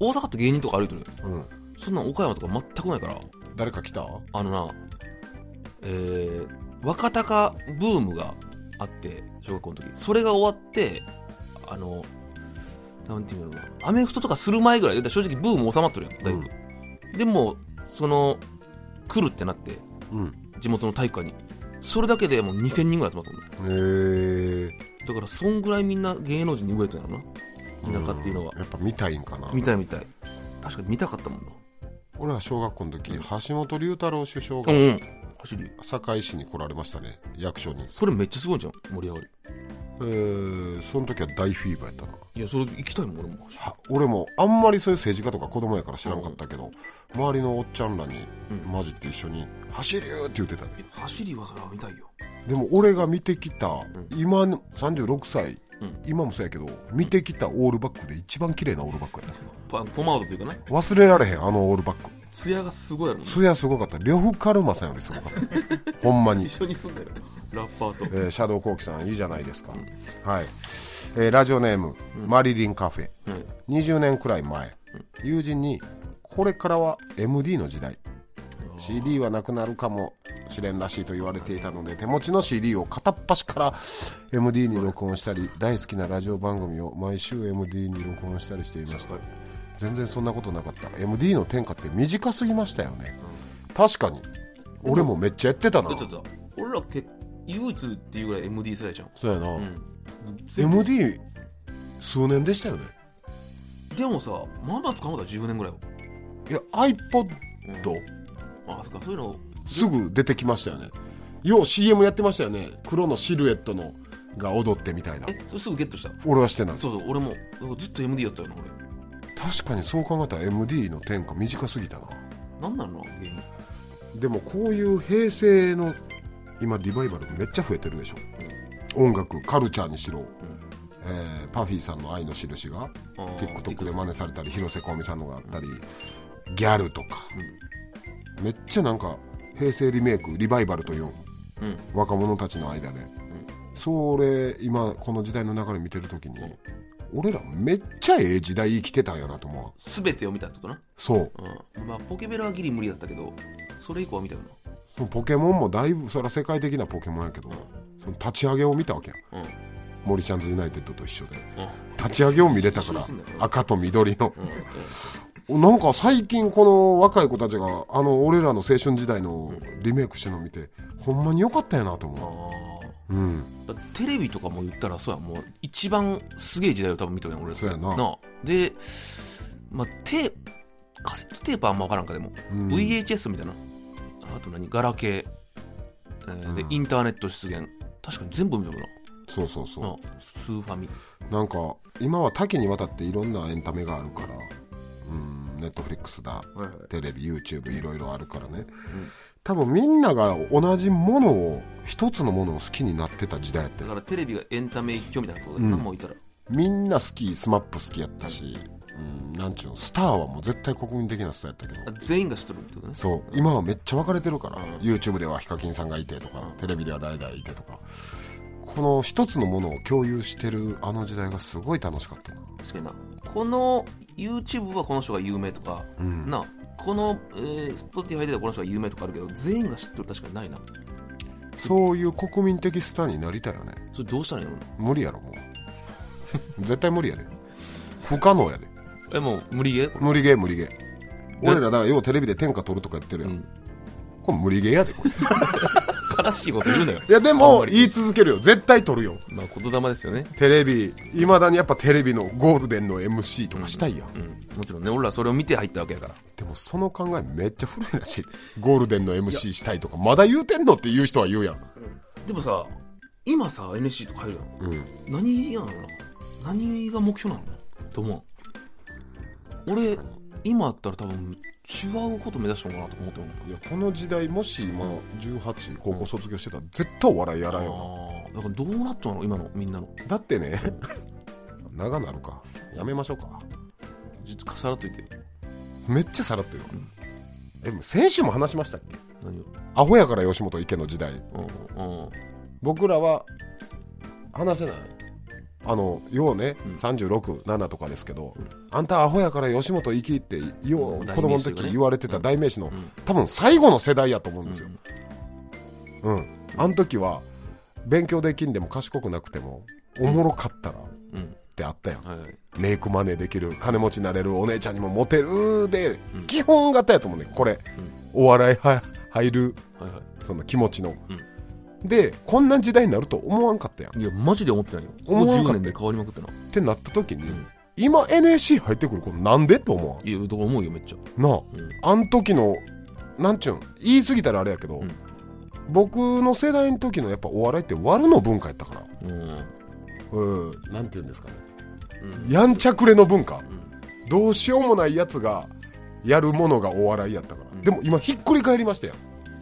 [SPEAKER 2] 大阪って芸人とか歩いてるよ
[SPEAKER 1] うん、
[SPEAKER 2] そんなん岡山とか全くないから
[SPEAKER 1] 誰か来た
[SPEAKER 2] あのなえー、若鷹ブームがあって小学校の時それが終わってあのなんていうのかなアメフトとかする前ぐらいだから正直ブーム収まってるやんだいぶ、でもその来るってなって
[SPEAKER 1] うん
[SPEAKER 2] 地元の体育館にそれだけでもう2000人ぐらい集まったもんね
[SPEAKER 1] へえ
[SPEAKER 2] だからそんぐらいみんな芸能人に飢えたんやろな田舎っていうのは、
[SPEAKER 1] やっぱ見たいんかな
[SPEAKER 2] 見たい見たい確かに見たかったもんな
[SPEAKER 1] 俺は小学校の時、橋本龍太郎首相
[SPEAKER 2] うん
[SPEAKER 1] が
[SPEAKER 2] うん走るよ
[SPEAKER 1] 堺市に来られましたね役所に
[SPEAKER 2] それめっちゃすごいじゃん盛り上がり
[SPEAKER 1] えー、その時は大フィーバーやったない
[SPEAKER 2] やそれ行きたいもん俺も
[SPEAKER 1] は俺もあんまりそういう政治家とか子供やから知らんかったけど、周りのおっちゃんらに
[SPEAKER 2] うん
[SPEAKER 1] 混じって一緒に「走るよ!」って言ってたね
[SPEAKER 2] いや走りはそれは見たいよ
[SPEAKER 1] でも俺が見てきた、
[SPEAKER 2] ん
[SPEAKER 1] 今の36歳、
[SPEAKER 2] うん
[SPEAKER 1] 今もそうやけど見てきたオールバックで一番綺麗なオールバックやった
[SPEAKER 2] パポマードというかね
[SPEAKER 1] 忘れられへんあのオールバック
[SPEAKER 2] 艶がすごいやろな
[SPEAKER 1] ツヤすごかった呂布カルマさんよりすごか ったほんまに
[SPEAKER 2] 一緒に住んでるラッパーと
[SPEAKER 1] えーシャドウコウキさんいいじゃないですか、はい、えーラジオネーム、マリリンカフェ、
[SPEAKER 2] うん
[SPEAKER 1] 20年くらい前、友人にこれからは MD の時代 CD はなくなるかもしれんらしいと言われていたので手持ちの CD を片っ端から MD に録音したり大好きなラジオ番組を毎週 MD に録音したりしていました全然そんなことなかった MD の天下って短すぎましたよね、確かに俺もめっちゃやってたな
[SPEAKER 2] ちょっと俺らけ唯一っていうぐらい MD 世代じゃん
[SPEAKER 1] そうやな、
[SPEAKER 2] 全部
[SPEAKER 1] MD 数年でしたよね
[SPEAKER 2] でもさまあまあ使うのだ10年ぐらいはい
[SPEAKER 1] や iPod
[SPEAKER 2] あそっかそういうの
[SPEAKER 1] すぐ出てきましたよねよう CM やってましたよね黒のシルエットのが踊ってみたいな
[SPEAKER 2] えそれすぐゲットした
[SPEAKER 1] 俺はしてない
[SPEAKER 2] そうそう俺もなんかずっと MD やったよな俺
[SPEAKER 1] 確かにそう考えたら MD の天下短すぎたな
[SPEAKER 2] なんなの芸人
[SPEAKER 1] でもこういう平成の今リバイバルめっちゃ増えてるでしょ、音楽カルチャーにしろ、えーパフィーさんの「愛の印が」
[SPEAKER 2] あー
[SPEAKER 1] TikTok で真似されたり広瀬香美さんのがあったりギャルとか、めっちゃなんか平成リメイクリバイバルという
[SPEAKER 2] うん
[SPEAKER 1] 若者たちの間で、それ今この時代の流れ見てる時に俺らめっちゃええ時代生きてたんやなと思う
[SPEAKER 2] 全てを見たってことな、
[SPEAKER 1] そう
[SPEAKER 2] うんまあ、ポケベラはギリ無理だったけどそれ以降は見たよ
[SPEAKER 1] そのポケモンもだいぶそれは世界的なポケモンやけど、その立ち上げを見たわけや
[SPEAKER 2] なうん
[SPEAKER 1] 森ちゃんズユナイテッドと一緒で
[SPEAKER 2] うん
[SPEAKER 1] 立ち上げを見れたから
[SPEAKER 2] そうそうそう
[SPEAKER 1] 赤と緑の
[SPEAKER 2] うん
[SPEAKER 1] なんか最近この若い子たちがあの俺らの青春時代のリメイクしてるの見てほんまに良かったよなと思
[SPEAKER 2] あ
[SPEAKER 1] ううん
[SPEAKER 2] ーだってテレビとかも言ったらそうやもう一番すげえ時代を多分見とるやん俺ら
[SPEAKER 1] そうやな
[SPEAKER 2] あで、まあ、テカセットテープはあんま分からんかでも、
[SPEAKER 1] うん
[SPEAKER 2] VHS みたいなあと何ガラケー、えーでインターネット出現確かに全部見とるな
[SPEAKER 1] そうそうそ
[SPEAKER 2] なスーファミ
[SPEAKER 1] うなんか今は多岐にわたっていろんなエンタメがあるからうんネットフリックスだ
[SPEAKER 2] はいはい
[SPEAKER 1] テレビ YouTube いろいろあるからね多分みんなが同じものを一つのものを好きになってた時代やって
[SPEAKER 2] だからテレビがエンタメ一挙みたいなことだよな、もういたら
[SPEAKER 1] みんな好きスマップ好きやったし、うん、なんちゅうのスターはもう絶対国民的なスターやったけど
[SPEAKER 2] あ全員が知っとるってことね
[SPEAKER 1] そう今はめっちゃ分かれてるから、YouTube ではヒカキンさんがいてとか、テレビでは代々いてとかこの一つのものを共有してるあの時代がすごい楽しかったな
[SPEAKER 2] 確かになこの YouTube はこの人が有名とか、なこの、えー、Spotify ではこの人が有名とかあるけど全員が知っとる確かにないな
[SPEAKER 1] そういう国民的スターになりたいよね
[SPEAKER 2] それどうしたらいいの
[SPEAKER 1] 無理やろもう絶対無理やで不可能やで
[SPEAKER 2] え、もう無理ゲーこれ
[SPEAKER 1] 無理ゲー無理ゲー俺らだからようテレビで天下取るとか言ってるやん、
[SPEAKER 2] うん
[SPEAKER 1] これ無理ゲーやでこれい
[SPEAKER 2] 悲しいこと言うなよ。
[SPEAKER 1] やでも言い続けるよ絶対取るよ
[SPEAKER 2] まあ、言霊ですよね。
[SPEAKER 1] テレビいまだにやっぱテレビのゴールデンの MC とかしたいやん、
[SPEAKER 2] うん。もちろんね、俺らそれを見て入ったわけやから。
[SPEAKER 1] でもその考えめっちゃ古いらしいゴールデンの MC したいとかまだ言うてんのって言う人は言うやん
[SPEAKER 2] でもさ、今さ、NSC とか入るの。
[SPEAKER 1] うん
[SPEAKER 2] 何やろな。何が目標なのと思う。俺、今あったら多分、違うこと目指したのかなと思っても
[SPEAKER 1] いやこの時代もし今18高校卒業してたら絶対お笑いやらんよ
[SPEAKER 2] ああ。だからどうなったの今の、みんなの。
[SPEAKER 1] なだってね長なるかやめましょうか
[SPEAKER 2] ちょっとさらっといてよ。
[SPEAKER 1] めっちゃさらっとよ、えでも先週も話しましたっけ
[SPEAKER 2] 何を。
[SPEAKER 1] アホやから吉本池の時代
[SPEAKER 2] うん、うん。
[SPEAKER 1] 僕らは話せないあのようね、
[SPEAKER 2] うん
[SPEAKER 1] 367とかですけど、あんたアホやから吉本行きってよ
[SPEAKER 2] う
[SPEAKER 1] うん子供の
[SPEAKER 2] 代名詞
[SPEAKER 1] 時
[SPEAKER 2] がね
[SPEAKER 1] 言われてた代名詞の、
[SPEAKER 2] ん
[SPEAKER 1] 多分最後の世代やと思うん
[SPEAKER 2] う
[SPEAKER 1] で
[SPEAKER 2] ん
[SPEAKER 1] すよ、うんあの時は勉強できんでも賢くなくてもおもろかったらっ
[SPEAKER 2] うん。
[SPEAKER 1] てあったやん、
[SPEAKER 2] はいはい。
[SPEAKER 1] メイクマネーできる金持ちになれるお姉ちゃんにもモテるで、基本型やと思うねこれ、お笑いは入る
[SPEAKER 2] はいは
[SPEAKER 1] その気持ちの、
[SPEAKER 2] ん
[SPEAKER 1] でこんな時代になると思わんかったやんっ
[SPEAKER 2] い。いや、マジで思ってないよ。こ
[SPEAKER 1] 思
[SPEAKER 2] の
[SPEAKER 1] わんか
[SPEAKER 2] 10
[SPEAKER 1] った
[SPEAKER 2] 年で変わりまくってな。
[SPEAKER 1] てなった時に、今 NSC 入ってくる子なんでと思わん
[SPEAKER 2] いや、と思うよ、めっちゃ。
[SPEAKER 1] なあ、
[SPEAKER 2] うん
[SPEAKER 1] あん時のなんちゅうん言い過ぎたらあれやけど、
[SPEAKER 2] ん
[SPEAKER 1] 僕の世代の時のやっぱお笑いって悪の文化やったから
[SPEAKER 2] うん。
[SPEAKER 1] うんなんて言うんですかね、
[SPEAKER 2] う
[SPEAKER 1] やんちゃくれの文化、
[SPEAKER 2] ん
[SPEAKER 1] どうしようもないやつがやるものがお笑いやったから、でも今ひっくり返りましたや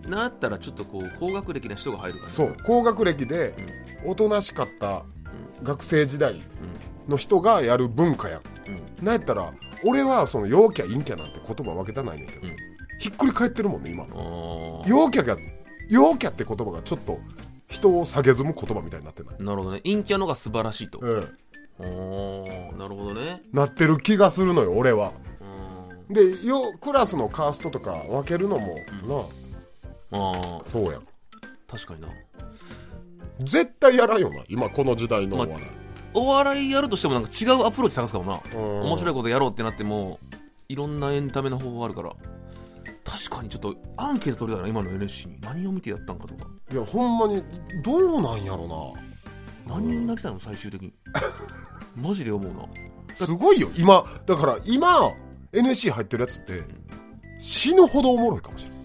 [SPEAKER 1] ん
[SPEAKER 2] なったらちょっとこう高学歴な人が入るから、ね、
[SPEAKER 1] そう高学歴でおとなしかった学生時代の人がやる文化やん、なんやったら俺はその陽キャ陰キャなんて言葉分けたないねんけど、
[SPEAKER 2] ん
[SPEAKER 1] ひっくり返ってるもんね今
[SPEAKER 2] あ
[SPEAKER 1] 陽キャが陽キャって言葉がちょっと人を下げずむ言葉みたいになってない、
[SPEAKER 2] あなるほどね陰キャのが素晴らしいと、
[SPEAKER 1] ええ
[SPEAKER 2] おーなるほどね
[SPEAKER 1] なってる気がするのよ俺は
[SPEAKER 2] うん
[SPEAKER 1] でよクラスのカーストとか分けるのも、なあ
[SPEAKER 2] あー
[SPEAKER 1] そうやん
[SPEAKER 2] 確かにな
[SPEAKER 1] 絶対やらんよな今この時代のお笑い、
[SPEAKER 2] お笑いやるとしてもなんか違うアプローチ探すかもな
[SPEAKER 1] うん
[SPEAKER 2] 面白いことやろうってなってもいろんなエンタメの方法あるから確かにちょっとアンケート取りたいな今の NSC に何を見てやったんかとか
[SPEAKER 1] いやほんまにどうなんやろな
[SPEAKER 2] 何になりたいの最終的 にマジで思うな
[SPEAKER 1] すごいよ今だから今 NSC 入ってるやつって死ぬほどおもろいかもしれない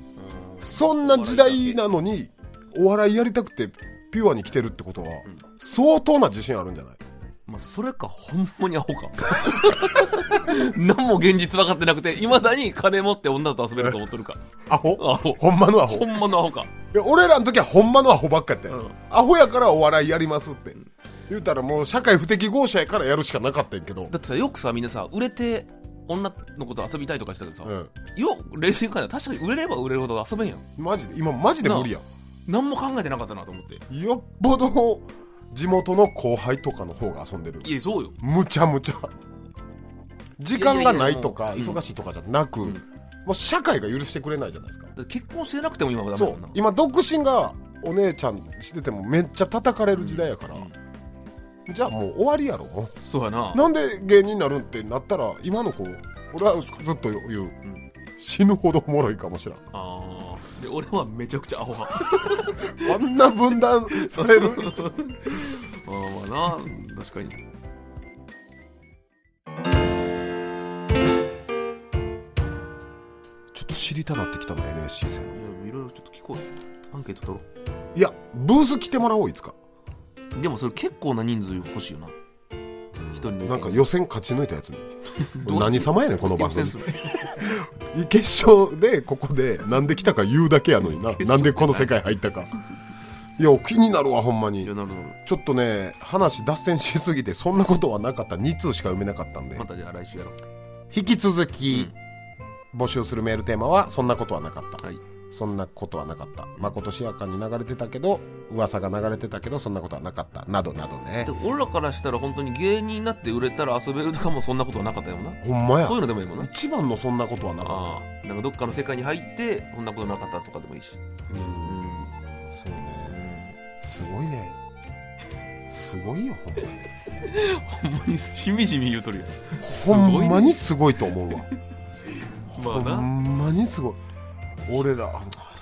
[SPEAKER 1] そんな時代なのにお笑いやりたくてピュアに来てるってことは相当な自信あるんじゃない
[SPEAKER 2] まあ、それか、ほんまにアホか。 何も現実分かってなくて、いまだに金持って女と遊べると思っ とるか。
[SPEAKER 1] アホ
[SPEAKER 2] アホ
[SPEAKER 1] ほんまのアホ
[SPEAKER 2] ほんまのアホか。
[SPEAKER 1] いや俺らの時はほんまのアホばっかやったよ、
[SPEAKER 2] うん
[SPEAKER 1] アホやからお笑いやりますって言うたらもう社会不適合者やからやるしかなかったんやけど
[SPEAKER 2] だってさ、よくさ、みんなさ、売れて、女の子と遊びたいとかしたけどさ、
[SPEAKER 1] うん
[SPEAKER 2] よう、冷静に考えたら確かに売れれば売れるほど遊べんやん。
[SPEAKER 1] マジで今マジで無理や
[SPEAKER 2] 何も考えてなかったなと思って。
[SPEAKER 1] よっぽど地元の後輩とかの方が遊んでる
[SPEAKER 2] いや、そうよ。
[SPEAKER 1] むちゃむちゃ時間がないと
[SPEAKER 2] いや
[SPEAKER 1] か
[SPEAKER 2] いやいやもう
[SPEAKER 1] 忙しいとかじゃなく、も
[SPEAKER 2] ん
[SPEAKER 1] う社会が許してくれないじゃないですか
[SPEAKER 2] だって結婚してなくても今はダメ
[SPEAKER 1] そ
[SPEAKER 2] だも
[SPEAKER 1] うん
[SPEAKER 2] な。
[SPEAKER 1] 今独身がお姉ちゃんしててもめっちゃ叩かれる時代やから、じゃあもう終わりやろ
[SPEAKER 2] そうやな。
[SPEAKER 1] なんで芸人になるんってなったら今の子俺はずっと言う、
[SPEAKER 2] ん
[SPEAKER 1] 死ぬほどおもろいかもしらん
[SPEAKER 2] あーで、俺はめちゃくちゃアホ 派。
[SPEAKER 1] あんな分断される
[SPEAKER 2] あーまあな、確かに。
[SPEAKER 1] ちょっと知りたなってきたな NSC 生の
[SPEAKER 2] いろいろちょっと聞こうよ。アンケート取ろう。
[SPEAKER 1] いやブース来てもらおういつか
[SPEAKER 2] でもそれ結構な人数欲しいよな一人で
[SPEAKER 1] なんか予選勝ち抜いたやつに
[SPEAKER 2] う
[SPEAKER 1] 何様やねんこの番組
[SPEAKER 2] 予選する
[SPEAKER 1] 決勝でここでなんで来たか言うだけやのにな
[SPEAKER 2] 決勝
[SPEAKER 1] なんでこの世界入ったかいや気になるわほんま
[SPEAKER 2] い
[SPEAKER 1] に
[SPEAKER 2] やなるほどなる
[SPEAKER 1] ちょっとね話脱線しすぎてそんなことはなかった2通しか読めなかったんで
[SPEAKER 2] ほどまたじゃあ来週やろう
[SPEAKER 1] 引き続き募集するメールテーマは「そんなことはなかった」
[SPEAKER 2] はい
[SPEAKER 1] そんなことはなかった」「まことしやかに流れてたけど噂が流れてたけどそんなことはなかった」などなどね
[SPEAKER 2] で俺らからしたら本当に芸人になって売れたら遊べるとかもそんなことはなかったよな
[SPEAKER 1] ほんまや
[SPEAKER 2] そういうのでもいいもんな
[SPEAKER 1] 一番のそんなことはなかっ
[SPEAKER 2] ああなんかどっかの世界に入ってそんなことなかったとかでもいいし
[SPEAKER 1] たうん
[SPEAKER 2] うん
[SPEAKER 1] そうねすごいねすすごいよほんまに
[SPEAKER 2] ほんまにしみじみ言うとるよ
[SPEAKER 1] ほんまにすごいと思うわ ほ
[SPEAKER 2] まあなん
[SPEAKER 1] まにすごい俺ら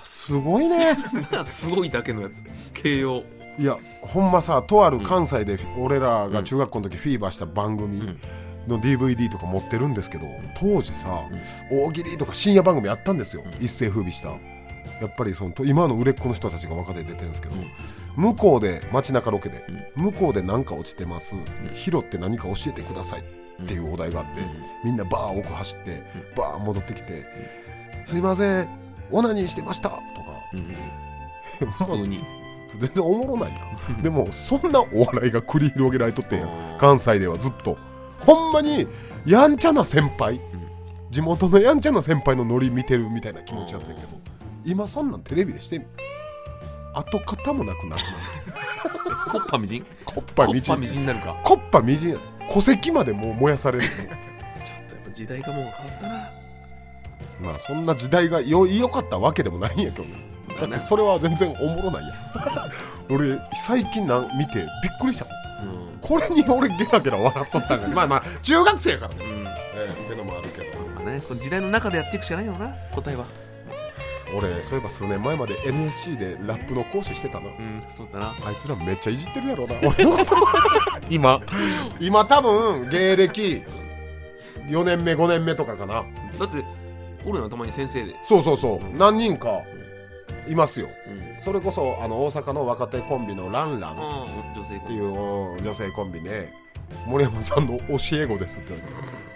[SPEAKER 1] すごいね
[SPEAKER 2] なすごいだけのやつ形容
[SPEAKER 1] いやほんまさとある関西で俺らが中学校の時フィーバーした番組の DVD とか持ってるんですけど当時さ大喜利とか深夜番組やったんですよ一世風靡したやっぱりそのと今の売れっ子の人たちが若手で出てるんですけど向こうで街中ロケで向こうで何か落ちてます拾って何か教えてくださいっていうお題があってみんなバー奥走ってバー戻ってきて「すいませんオナニーしてました」とか
[SPEAKER 2] 普通に
[SPEAKER 1] 全然おもろないやんでもそんなお笑いが繰り広げられとってんやん関西ではずっとほんまにやんちゃな先輩地元のやんちゃな先輩のノリ見てるみたいな気持ちやったんやけど今そんなんテレビでしてみ跡形もなくなくなる
[SPEAKER 2] コッパみじん
[SPEAKER 1] コッ
[SPEAKER 2] コ
[SPEAKER 1] パみ
[SPEAKER 2] ッ
[SPEAKER 1] じ
[SPEAKER 2] パみ
[SPEAKER 1] ん
[SPEAKER 2] じんになるか
[SPEAKER 1] コッパみじんやで戸籍までもう燃やされる
[SPEAKER 2] やっぱ時代がもう変わったな
[SPEAKER 1] まあそんな時代がよ良かったわけでもないんやけどねだってそれは全然おもろないやん俺最近なん見てびっくりした
[SPEAKER 2] うん
[SPEAKER 1] これに俺ゲラゲラ笑っとったんか まあまあ中学生やからね、ええってのもあるけど
[SPEAKER 2] まあねこの時代の中でやっていくしかないよな答えは
[SPEAKER 1] 俺そういえば数年前まで NSC でラップの講師してたな
[SPEAKER 2] うんそうだな
[SPEAKER 1] あいつらめっちゃいじってるやろ な俺のこと今今多分芸歴4年目5年目とかかな
[SPEAKER 2] だって俺のたまに先生で
[SPEAKER 1] そうそうそう、
[SPEAKER 2] うん
[SPEAKER 1] 何人かいますよ
[SPEAKER 2] うん、うん、
[SPEAKER 1] それこそあの大阪の若手コンビのランラン
[SPEAKER 2] 女性
[SPEAKER 1] っ
[SPEAKER 2] コ
[SPEAKER 1] て
[SPEAKER 2] ン
[SPEAKER 1] い
[SPEAKER 2] ビ
[SPEAKER 1] ううん女性コンビで森山さんの教え子ですって言われて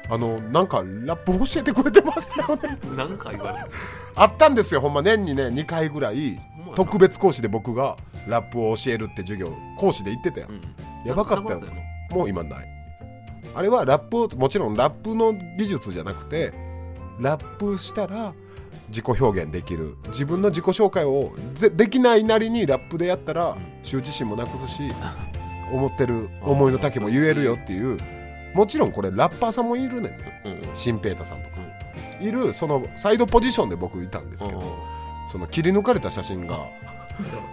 [SPEAKER 1] あのなんかラップ教えてくれてましたよね
[SPEAKER 2] 何回言われた
[SPEAKER 1] あったんですよほんま年にね2回ぐらい
[SPEAKER 2] ほんまやな
[SPEAKER 1] 特別講師で僕がラップを教えるって授業講師で言ってたやん、
[SPEAKER 2] うん
[SPEAKER 1] やばかったよもう今ないあれはラップをもちろんラップの技術じゃなくてラップしたら自己表現できる自分の自己紹介をぜできないなりにラップでやったら羞恥心もなくすし思ってる思いの丈も言えるよっていうもちろんこれラッパーさんもいるねんね
[SPEAKER 2] うんうん
[SPEAKER 1] 新平太さんとかいるそのサイドポジションで僕いたんですけど、その切り抜かれた写真 が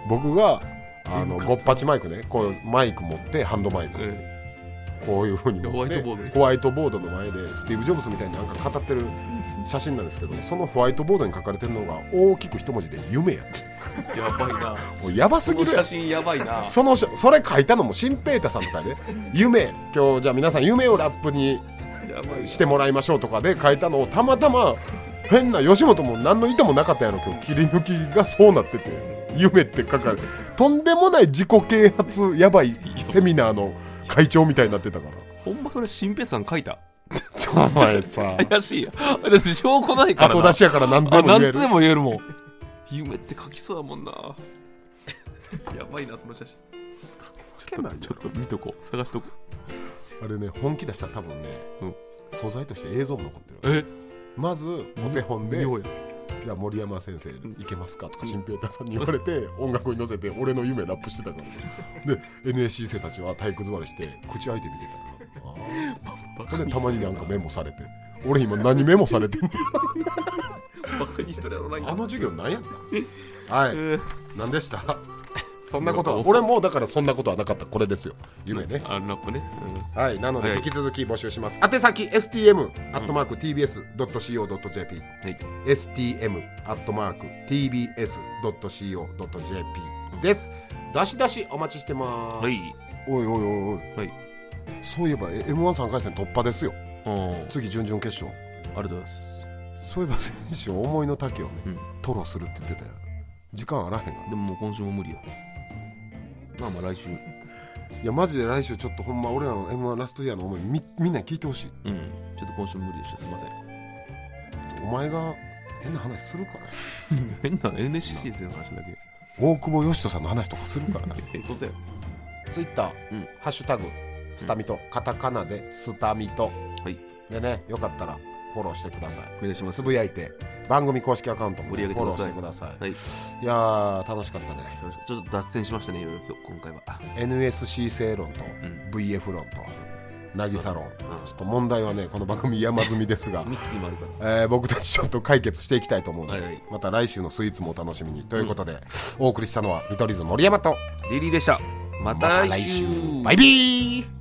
[SPEAKER 1] 僕があのゴッパチマイクねこういうマイク持ってハンドマイク
[SPEAKER 2] え
[SPEAKER 1] こういうふうに持って
[SPEAKER 2] ホワイトボードに
[SPEAKER 1] ホワイトボードの前でスティーブ・ジョブズみたいになんか語ってる写真なんですけどそのホワイトボードに書かれてるのが大きく一文字で「夢」や
[SPEAKER 2] えやばいな
[SPEAKER 1] もうやば
[SPEAKER 2] そ
[SPEAKER 1] すぎ
[SPEAKER 2] の
[SPEAKER 1] るや
[SPEAKER 2] 写
[SPEAKER 1] ん
[SPEAKER 2] 真やばいな
[SPEAKER 1] そのそれ書いたのも新平太さんとかで「夢」今日じゃあ皆さん夢をラップに
[SPEAKER 2] やばいな
[SPEAKER 1] してもらいましょうとかで書いたのをたまたま変な吉本も何の意図もなかったやろけど切り抜きがそうなってて夢って書かれとんでもない自己啓発やばいセミナーの会長みたいになってたから
[SPEAKER 2] ほんまそれ新平さん書いた
[SPEAKER 1] お前さ
[SPEAKER 2] 怪しいや だって証拠ないからな
[SPEAKER 1] 後出しやから何で
[SPEAKER 2] あ
[SPEAKER 1] も言
[SPEAKER 2] 何
[SPEAKER 1] え
[SPEAKER 2] と
[SPEAKER 1] る
[SPEAKER 2] でも言えるもん夢って書きそうやもんなやばいなその写真ちょっとちょっと見とこう探しとこ
[SPEAKER 1] あれね本気出したら多分ね、
[SPEAKER 2] うん
[SPEAKER 1] 素材として映像も残ってる
[SPEAKER 2] うえ
[SPEAKER 1] まずお手本で
[SPEAKER 2] 見ようや
[SPEAKER 1] じゃあ森山先生いけますかとか新平太さんに言われ て音楽に乗せて俺の夢ラップしてたからで NSC 生たちは体育座りして口開いて見てたから
[SPEAKER 2] バ
[SPEAKER 1] あー
[SPEAKER 2] カ
[SPEAKER 1] で
[SPEAKER 2] に
[SPEAKER 1] たまになんかメモされて俺今何メモされてんの
[SPEAKER 2] バカにしてるやろな今
[SPEAKER 1] あの授業なんやったはい
[SPEAKER 2] えー
[SPEAKER 1] 何で したそんなことは俺もうだからそんなことはなかったこれですよ夢ね
[SPEAKER 2] あのラップね、
[SPEAKER 1] はい、なので
[SPEAKER 2] はい
[SPEAKER 1] 引き続き募集します。宛先 STM アットマーク TBS ドット CO ドット JP、
[SPEAKER 2] はい、
[SPEAKER 1] STM アットマーク TBS ドット CO ドット JP です。だしだしお待ちしてます。
[SPEAKER 2] はい、
[SPEAKER 1] おいおいおいおい。
[SPEAKER 2] はい
[SPEAKER 1] そういえば M1 三回戦突破ですよ。
[SPEAKER 2] うんあり
[SPEAKER 1] 次準々決勝。
[SPEAKER 2] がとうございます
[SPEAKER 1] そういえば選手思いの丈をね、
[SPEAKER 2] うん
[SPEAKER 1] トロするって言ってたよ。時間あらへんが。
[SPEAKER 2] でももう今週も無理やまあまあ来週
[SPEAKER 1] いやマジで来週ちょっとほんま俺らの M1 ラストイヤーの思いみみんなに聞いてほしい。
[SPEAKER 2] うんちょっと今週無理でしたすいません
[SPEAKER 1] お前が変な話するから。
[SPEAKER 2] 変な NSC 生の話だけ
[SPEAKER 1] 大久保嘉人さんの話とかするからな
[SPEAKER 2] えことや
[SPEAKER 1] ツイッター、
[SPEAKER 2] うん
[SPEAKER 1] ハッシュタグスタミト、カタカナでスタミト
[SPEAKER 2] はい
[SPEAKER 1] でねよかったらフォローしてください
[SPEAKER 2] お願いします
[SPEAKER 1] つぶやいて番組公式アカウントも
[SPEAKER 2] 盛り
[SPEAKER 1] ね、
[SPEAKER 2] 上げ
[SPEAKER 1] フ
[SPEAKER 2] て
[SPEAKER 1] ォ
[SPEAKER 2] く
[SPEAKER 1] ロ
[SPEAKER 2] だ
[SPEAKER 1] ー
[SPEAKER 2] さ
[SPEAKER 1] し
[SPEAKER 2] い
[SPEAKER 1] てください、、
[SPEAKER 2] はいい
[SPEAKER 1] やー楽しかったね
[SPEAKER 2] ちょっと脱線しましたねいろいろ今日今回は
[SPEAKER 1] NSC 正論と
[SPEAKER 2] ん
[SPEAKER 1] VF 論と渚論、
[SPEAKER 2] うん
[SPEAKER 1] ちょっと問題はねこの番組山積みです が
[SPEAKER 2] 3つ今あるから
[SPEAKER 1] えー僕たちちょっと解決していきたいと思うので、
[SPEAKER 2] はいはい
[SPEAKER 1] また来週のスイーツもお楽しみにということで、お送りしたのは見取り図森山と
[SPEAKER 2] リリーでしたま
[SPEAKER 1] ま
[SPEAKER 2] た
[SPEAKER 1] た来
[SPEAKER 2] 来
[SPEAKER 1] 週
[SPEAKER 2] 週
[SPEAKER 1] バイビー